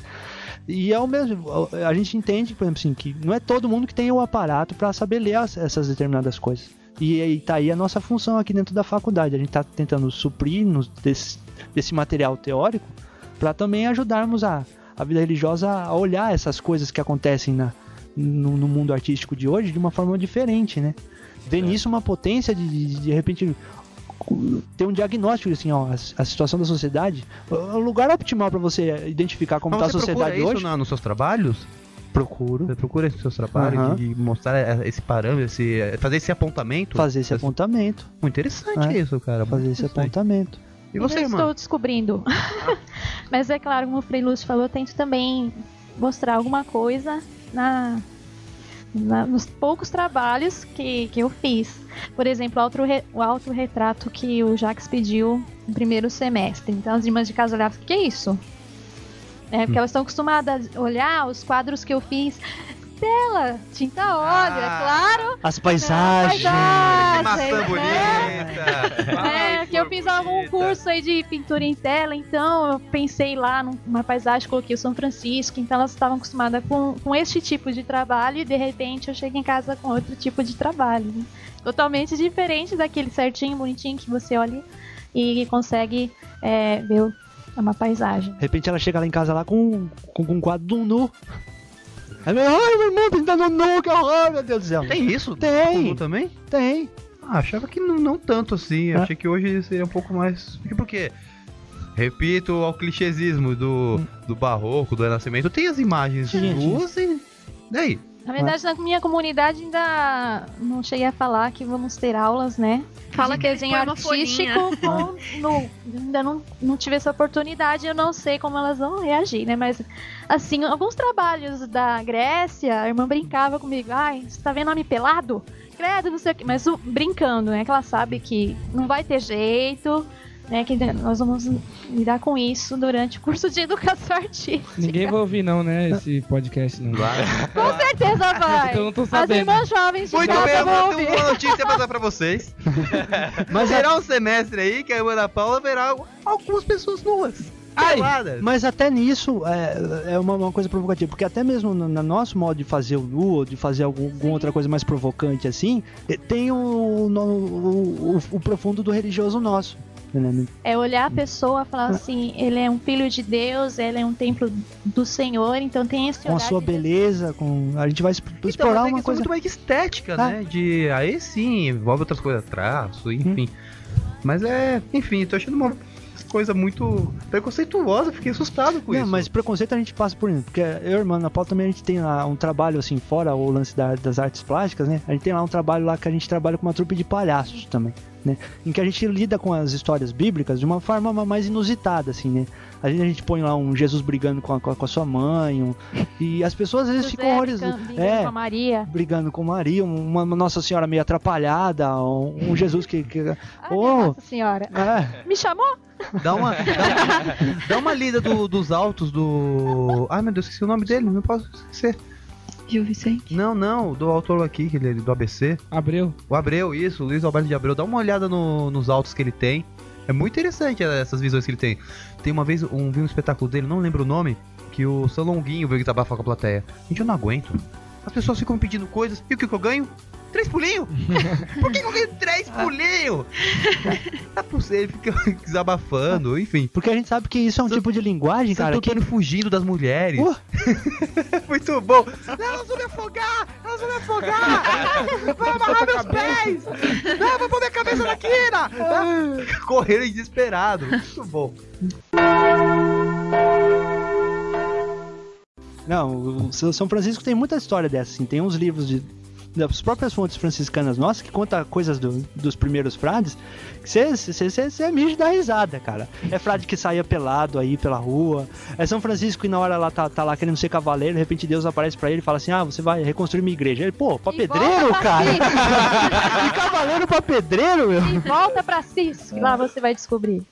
H: E é o mesmo. A gente entende, por exemplo, assim, que não é todo mundo que tem o aparato para saber ler as- essas determinadas coisas. E, aí tá aí a nossa função aqui dentro da faculdade. A gente tá tentando suprir nos- desse, desse material teórico para também ajudarmos a, a vida religiosa a olhar essas coisas que acontecem na, no, no mundo artístico de hoje de uma forma diferente, né? Vê nisso uma potência de, de, de repente ter um diagnóstico assim, ó, a, a situação da sociedade, o- o lugar optimal para você identificar como
A: Mas
H: está a
A: Então você
H: sociedade
A: procura isso
H: hoje.
A: na- nos seus trabalhos?
H: Procuro.
A: Você procura esses seus trabalhos
H: Aham.
A: de, de mostrar é, esse parâmetro, esse, é, fazer esse apontamento? é
H: Fazer esse apontamento.
A: Muito interessante
H: É.
A: isso, cara.
H: Fazer
A: muito
H: esse
A: interessante.
H: apontamento.
A: E você,
E: eu
A: irmã? Ah.
E: estou descobrindo. Mas é claro, como o Frei Lúcio falou, eu tento também mostrar alguma coisa na, na- nos poucos trabalhos que, que eu fiz. Por exemplo, o autorre- o autorretrato que o Jacques pediu no primeiro semestre. Então as irmãs de casa olhavam, o que é isso? É,
A: Hum.
E: porque elas estão acostumadas a olhar os quadros que eu fiz. Tela, tinta a
A: Ah,
E: óleo, é claro.
H: As paisagens.
E: Paisagem,
I: Maçã
E: né?
I: bonita.
E: É, que eu fiz algum curso aí de pintura em tela, então eu pensei lá numa paisagem, coloquei o São Francisco, então elas estavam acostumadas com, com este tipo de trabalho e de repente eu chego em casa com outro tipo de trabalho. né? Totalmente diferente daquele certinho, bonitinho que você olha e consegue é, ver uma paisagem.
H: De repente ela chega lá em casa lá com, com, com um quadro do nu. Aí, meu, ai, meu irmão, pintando nu, que horror, meu Deus do céu.
A: Tem isso?
H: Tem.
A: também?
H: Tem.
A: Ah, achava que não, não tanto assim. Eu
H: É.
A: Achei que hoje seria um pouco mais. Porque, porque repito ao clichêsismo do,
H: Hum.
A: do barroco, do renascimento, tem as imagens
H: Tinha,
A: nuas e. Daí?
E: Na verdade, na minha comunidade ainda não cheguei a falar que vamos ter aulas, né?
F: Fala
E: de
F: que eles põem
E: desenho
F: uma folhinha.
E: artístico com nu. Ainda não, não tive essa oportunidade, eu não sei como elas vão reagir, né? Mas, assim, alguns trabalhos da Grécia, a irmã brincava comigo, ai, você tá vendo homem pelado? Credo, não sei o quê. Mas o- brincando, né? Que ela sabe que não vai ter jeito, né? Que nós vamos lidar com isso durante o curso de educação artística.
D: Ninguém vai ouvir, não, né? Esse podcast não.
E: Com certeza vai!
D: Então eu não tô
E: As
D: sabendo.
E: irmãs jovens de
A: Muito
E: casa
A: bem, eu
E: vão
A: tenho
E: ouvir.
A: uma boa notícia pra dar pra vocês.
H: Mas, a-
A: Será um semestre aí que a Ana Paula verá algumas pessoas nuas.
H: Ai,
A: peladas.
H: mas até nisso é, é uma, uma coisa provocativa. Porque até mesmo no, no nosso modo de fazer o nu, ou de fazer algum- alguma outra coisa mais provocante assim, eh, tem o, no- o, o- o profundo do religioso nosso. né, entendeu?
E: É olhar a pessoa e falar assim, ele é um filho de Deus, ele é um templo do Senhor, então tem esse
H: Com a
E: olhar
H: sua
E: de Deus.
H: beleza, com a gente vai es-
A: né? Então, mas
H: explorar
A: é
H: uma
A: questão
H: coisa.
A: muito mais de estética,
H: Ah.
A: né? De aí sim, envolve outras coisas,
H: Hum.
A: traço, enfim. Mas é, enfim, tô achando uma coisa muito preconceituosa, fiquei assustado com
H: Não,
A: Tipo isso.
H: mas preconceito a gente passa por isso. Porque eu e a irmã Ana Paula também a gente tem lá um trabalho, assim, fora o lance da- das artes plásticas, né? A gente tem lá um trabalho lá que a gente trabalha com uma trupe de palhaços também, né? Em que a gente lida com as histórias bíblicas de uma forma ma- mais inusitada, assim, né? A gente, a gente põe lá um Jesus brigando com a, com a- com a sua mãe, um- e as pessoas às vezes
E: José
H: ficam horrorizadas.
E: brincando
H: É,
E: com a Maria.
H: brigando com Maria, uma uma Nossa Senhora meio atrapalhada, um, um Jesus que. que-
E: Ai,
H: Oh.
E: Ah, minha Nossa Senhora.
H: é,
E: Me chamou?
A: Dá uma, dá uma, dá uma lida do- dos altos do. Ai meu Deus, esqueci o nome dele, não posso esquecer.
F: Gil Vicente.
A: Não, não, do autor aqui, que ele é do ABC.
D: Abreu.
A: O Abreu, isso, o Luiz Alberto de Abreu, dá uma olhada no- nos autos que ele tem. É muito interessante eh, essas visões que ele tem. Tem uma vez, um, vi um espetáculo dele, não lembro o nome, que o São Longuinho veio desabafar com a plateia. Gente, eu não aguento. As pessoas ficam me pedindo coisas, e o que, que eu ganho? Três pulinhos? Por que, que eu ganho três pulinhos? Tá por ser, ele fica desabafando, enfim.
H: porque a gente sabe que isso é um tipo de linguagem,
A: Santo
H: cara, que
A: Antônio fugindo das mulheres.
H: Uh.
A: tá muito bom. Não, Elas vão me afogar! Elas vão me afogar! Vai amarrar meus pés! Não, eu vou pôr minha cabeça na quina! Correram desesperado. Muito bom.
H: Não, o São Francisco tem muita história dessa, assim. Tem uns livros de, das próprias fontes franciscanas nossas que conta coisas do- dos primeiros frades que você é mijo da risada, cara. É frade que saía pelado aí pela rua. É São Francisco e na hora lá tá, tá lá querendo ser cavaleiro, de repente Deus aparece pra ele e fala assim: Ah, você vai reconstruir minha igreja. Ele, pô, pra
E: E
H: pedreiro,
E: volta pra
H: cara?
E: Cis,
H: De cavaleiro pra pedreiro, meu?
E: E volta pra Cis, que lá você vai descobrir.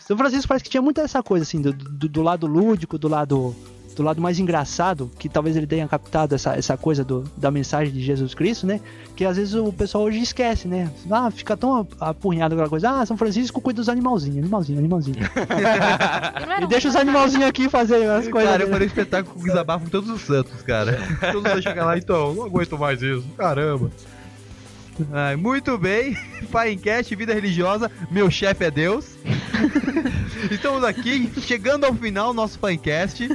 H: São Francisco parece que tinha muito essa coisa, assim, do, do, do lado lúdico, do lado do lado mais engraçado, que tá um talvez ele tenha captado essa, essa coisa do, da mensagem de Jesus Cristo, né? Que às vezes o pessoal hoje esquece, né? Ah, fica tão apurrinhado com aquela coisa. Ah, São Francisco cuida dos animalzinhos, animalzinho, animalzinho.
E: E não era
H: e
E: um-
H: deixa os animalzinhos aqui fazer as coisas.
A: Cara, eu
H: dele.
A: falei espetáculo com desabafo com todos os santos, cara. Todo mundo chega lá, então, não aguento mais isso. Caramba. Ai, muito bem, Pai Enquete, Vida Religiosa, meu chefe é Deus. Estamos aqui, chegando ao final do nosso Pinecast,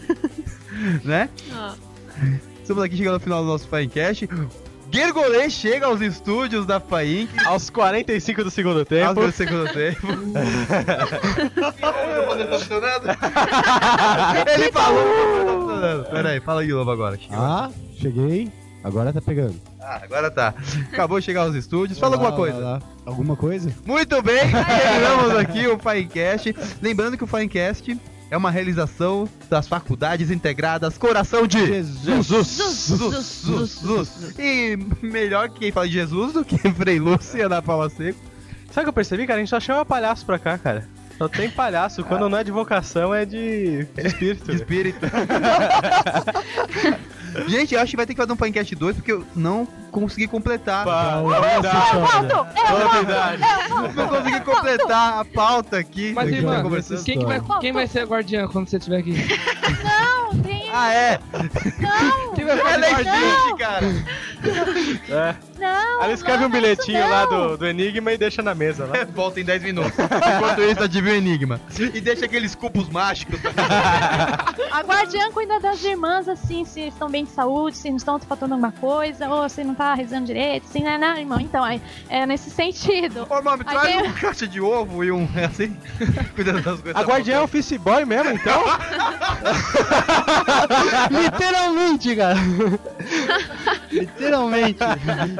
A: né?
F: Ó.
A: Estamos aqui chegando ao final do nosso Pinecast. Gergolê chega aos estúdios da Pain,
C: Aos 45 do segundo
A: ao
C: tempo.
A: segundo tempo.
I: Meu poder tá funcionando?
A: Ele falou! Pera aí, fala de novo agora, Chico.
K: Ah, cheguei. Agora tá pegando.
A: Ah, agora tá. Acabou de chegar aos estúdios. Fala
K: Lá,
A: alguma coisa.
K: lá, lá. Alguma coisa?
A: Muito bem, terminamos aqui o Finecast. Lembrando que o Finecast é uma realização das faculdades integradas Coração de Jesus. Jesus. E melhor que quem fala de Jesus do que Frei Lúcio e Ana Paula Seco.
C: Sabe o que eu percebi, cara? A gente só chama palhaço pra cá, cara. Só tem palhaço. Quando não é de vocação, é de, de espírito.
A: de espírito. Gente, eu acho que vai ter que fazer um Finecast 2 porque eu não consegui completar.
E: Volto! Eu
A: Não consegui completar a pauta aqui.
D: Mas,
A: que a gente tá
D: irmã,
A: conversando.
D: quem, que vai, quem vai ser a guardiã quando você estiver aqui?
E: não tenho,
A: Ah, é?
E: não!
D: Quem vai ficar de
A: Ela é
D: guardiã?
A: gente, cara.
E: Não!
C: Ela escreve
E: não,
C: um
E: não é
C: bilhetinho
E: isso,
C: lá
E: não.
C: do, do Enigma e deixa na mesa lá.
A: Volta em 10 minutos. Enquanto isso, adivinha o enigma. E deixa aqueles cubos mágicos.
E: A guardiã cuida das irmãs, assim, se estão bem de saúde, se não estão faltando alguma coisa, ou se não tá rezando direito, assim, né, não, irmão? Então, é, é nesse sentido.
A: Ô, mami,
E: Aí
A: traz
E: tem-
A: um caixa de ovo e um. é assim? Cuidando das coisas.
C: A guardiã é office boy mesmo, então?
H: Literalmente, cara. Literalmente.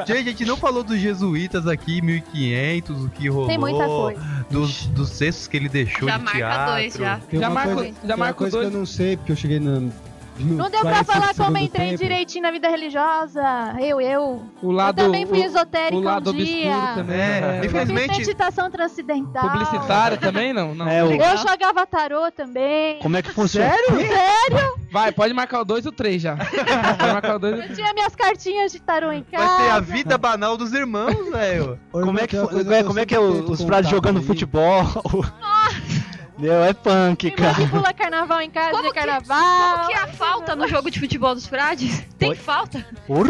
A: Gente, a gente não falou dos jesuítas aqui, 1500, o que rolou.
E: Tem muita coisa.
A: Dos, dos cestos que ele deixou
F: Já
A: de
F: marca
A: teatro.
F: dois, já.
K: Tem
D: Já
K: uma
D: marco-
K: coisa,
D: já
K: tem uma
D: marco
K: coisa
D: dois.
K: que eu não sei, porque eu cheguei na. no
E: Não deu pra
K: 45
E: falar como
K: segundo
E: eu entrei
K: tempo.
E: direitinho na vida religiosa. Eu, eu.
D: O lado,
E: eu também fui
D: o,
E: esotérica
D: o lado
E: um
D: obscuro
E: dia.
D: também.
A: É,
D: né?
E: Eu fiz
A: infelizmente.
E: meditação transcendental.
D: Publicitária também, não? não.
H: É, o-
E: Eu jogava tarô também.
H: Como é que funciona?
D: Vai, pode marcar o 2 e o 3 já. Pode marcar o 2 e o
E: Eu tinha minhas cartinhas é de tarô em casa.
A: Vai ser a vida banal dos irmãos, velho.
K: Ô,
H: Como
K: irmão,
H: é que,
K: tem uma
H: fu-
K: coisa
H: é,
K: eu
H: como é que é
K: sempre
H: o-
K: tento
H: os pratos
K: contar
H: jogando
K: aí.
H: futebol? Meu, é punk,
E: Me
H: cara.
E: manipula carnaval em casa,
F: Como
E: de
F: que-
E: carnaval.
F: Como que é a falta no jogo de futebol dos frades? Tem falta?
H: Porra!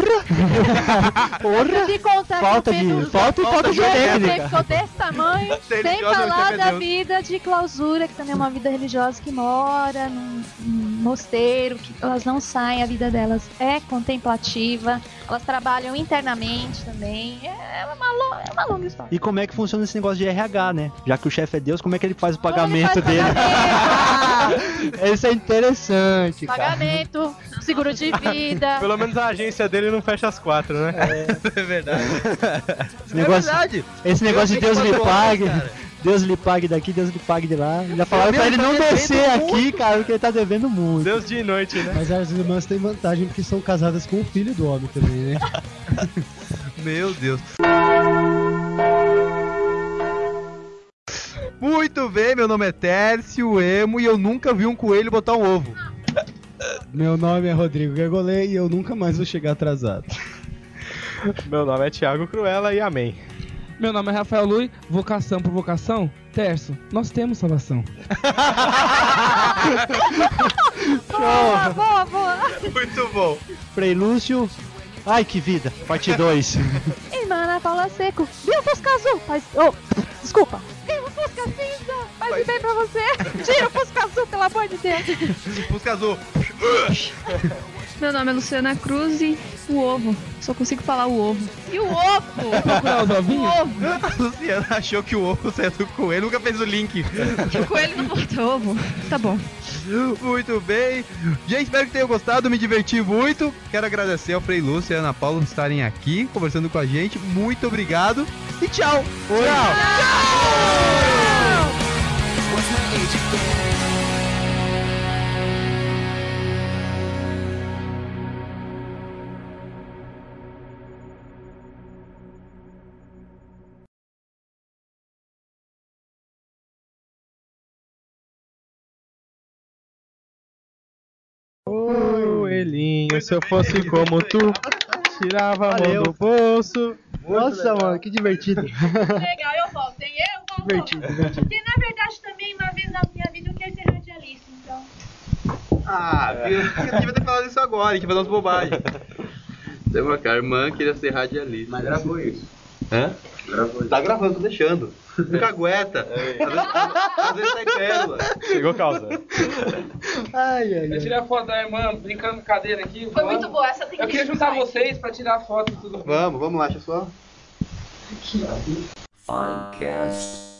F: é?
H: Porra!
E: Se contar que o
H: Falta de-
E: Pedro-
H: falta e falta de
E: o Pedro
H: técnica.
E: Ficou desse tamanho,
A: Ele tá
E: sem
A: joga,
E: falar
H: é
A: você
E: da
A: perdeu.
E: vida de clausura, que também é uma vida religiosa que mora num, num mosteiro, que elas não saem, a vida delas é contemplativa, elas trabalham internamente também. É uma, lo- é uma longa história.
H: E como é que funciona esse negócio de RH, né? Já que o chefe é Deus, como é que ele faz o pagamento
E: Como ele
H: dele?
E: faz
H: Isso é interessante, cara.
E: Pagamento, pagamento,
H: Tá.
E: seguro de vida.
C: Pelo menos a agência dele não fecha às quatro, né?
A: É verdade.
H: Esse negócio,
A: É verdade.
H: esse negócio de
A: Eu
H: Deus
A: sei que
H: lhe
A: mandou,
H: pague,
A: cara.
H: Deus lhe pague daqui, Deus lhe pague de lá. Já falaram pra
A: Deus
H: ele
A: tá
H: não
A: devendo
H: descer aqui, cara, porque ele tá devendo muito.
C: Deus dia e noite, né?
K: Mas as irmãs têm vantagem porque são casadas com o filho do homem também, né?
A: Meu Deus. Muito bem, meu nome é Tércio Emo e eu nunca vi um coelho botar um ovo.
K: Meu nome é Rodrigo Gergolê e eu nunca mais vou chegar atrasado.
C: Meu nome é Thiago Cruella e amém.
D: Meu nome é Rafael Lui, vocação por vocação, terço, nós temos salvação.
E: Boa, boa, boa.
A: Muito bom.
H: Frei Lúcio. Ai, que vida. Parte 2.
E: Irmã Ana Paula Seco, viu Fusca Azul? Faz. Oh, desculpa. Viu Fusca Cinza? Faz de bem pra você. Tira o Fusca Azul, pelo amor de Deus.
A: Fusca azul.
F: Meu nome é Luciana Cruz e o ovo. Só consigo falar o ovo. E o ovo?
D: Procurar os
F: o
D: ovinhos?
F: ovo.
A: A Luciana achou que o ovo saia do coelho, nunca fez o link.
F: Que o coelho não bota ovo. Tá bom.
A: Muito bem. Gente, espero que tenham gostado, me diverti muito. Quero agradecer ao Frei Lúcio e à Ana Paula por estarem aqui conversando com a gente. Muito obrigado e tchau. Tchau.
C: Coelhinho, se eu fosse como tu, tirava a mão
H: Valeu.
C: do bolso.
H: Nossa, mano, que divertido.
E: Legal, eu volto, hein? Eu volto.
H: Divertido, divertido.
E: Porque, na verdade, também, uma vez na minha vida, eu quero ser radialista, então...
B: Ah, viu? Eu devia ter falado isso agora, a gente vai dar umas bobagens. Lembra que a irmã queria ser radialista. Mas gravou isso. Hã? Gravou Tá gravando, tô deixando. Cagueta. Às vezes tá sai pérola.
C: Chegou causa.
H: Ai, ai,
F: Eu tirei a foto da irmã brincando com cadeira aqui.
E: Foi muito boa, essa tem
F: Eu
E: que
F: queria juntar vocês pra tirar a foto e tudo.
B: Vamos, vamos lá, deixa eu só.
E: Aqui, ó.
L: Finecast.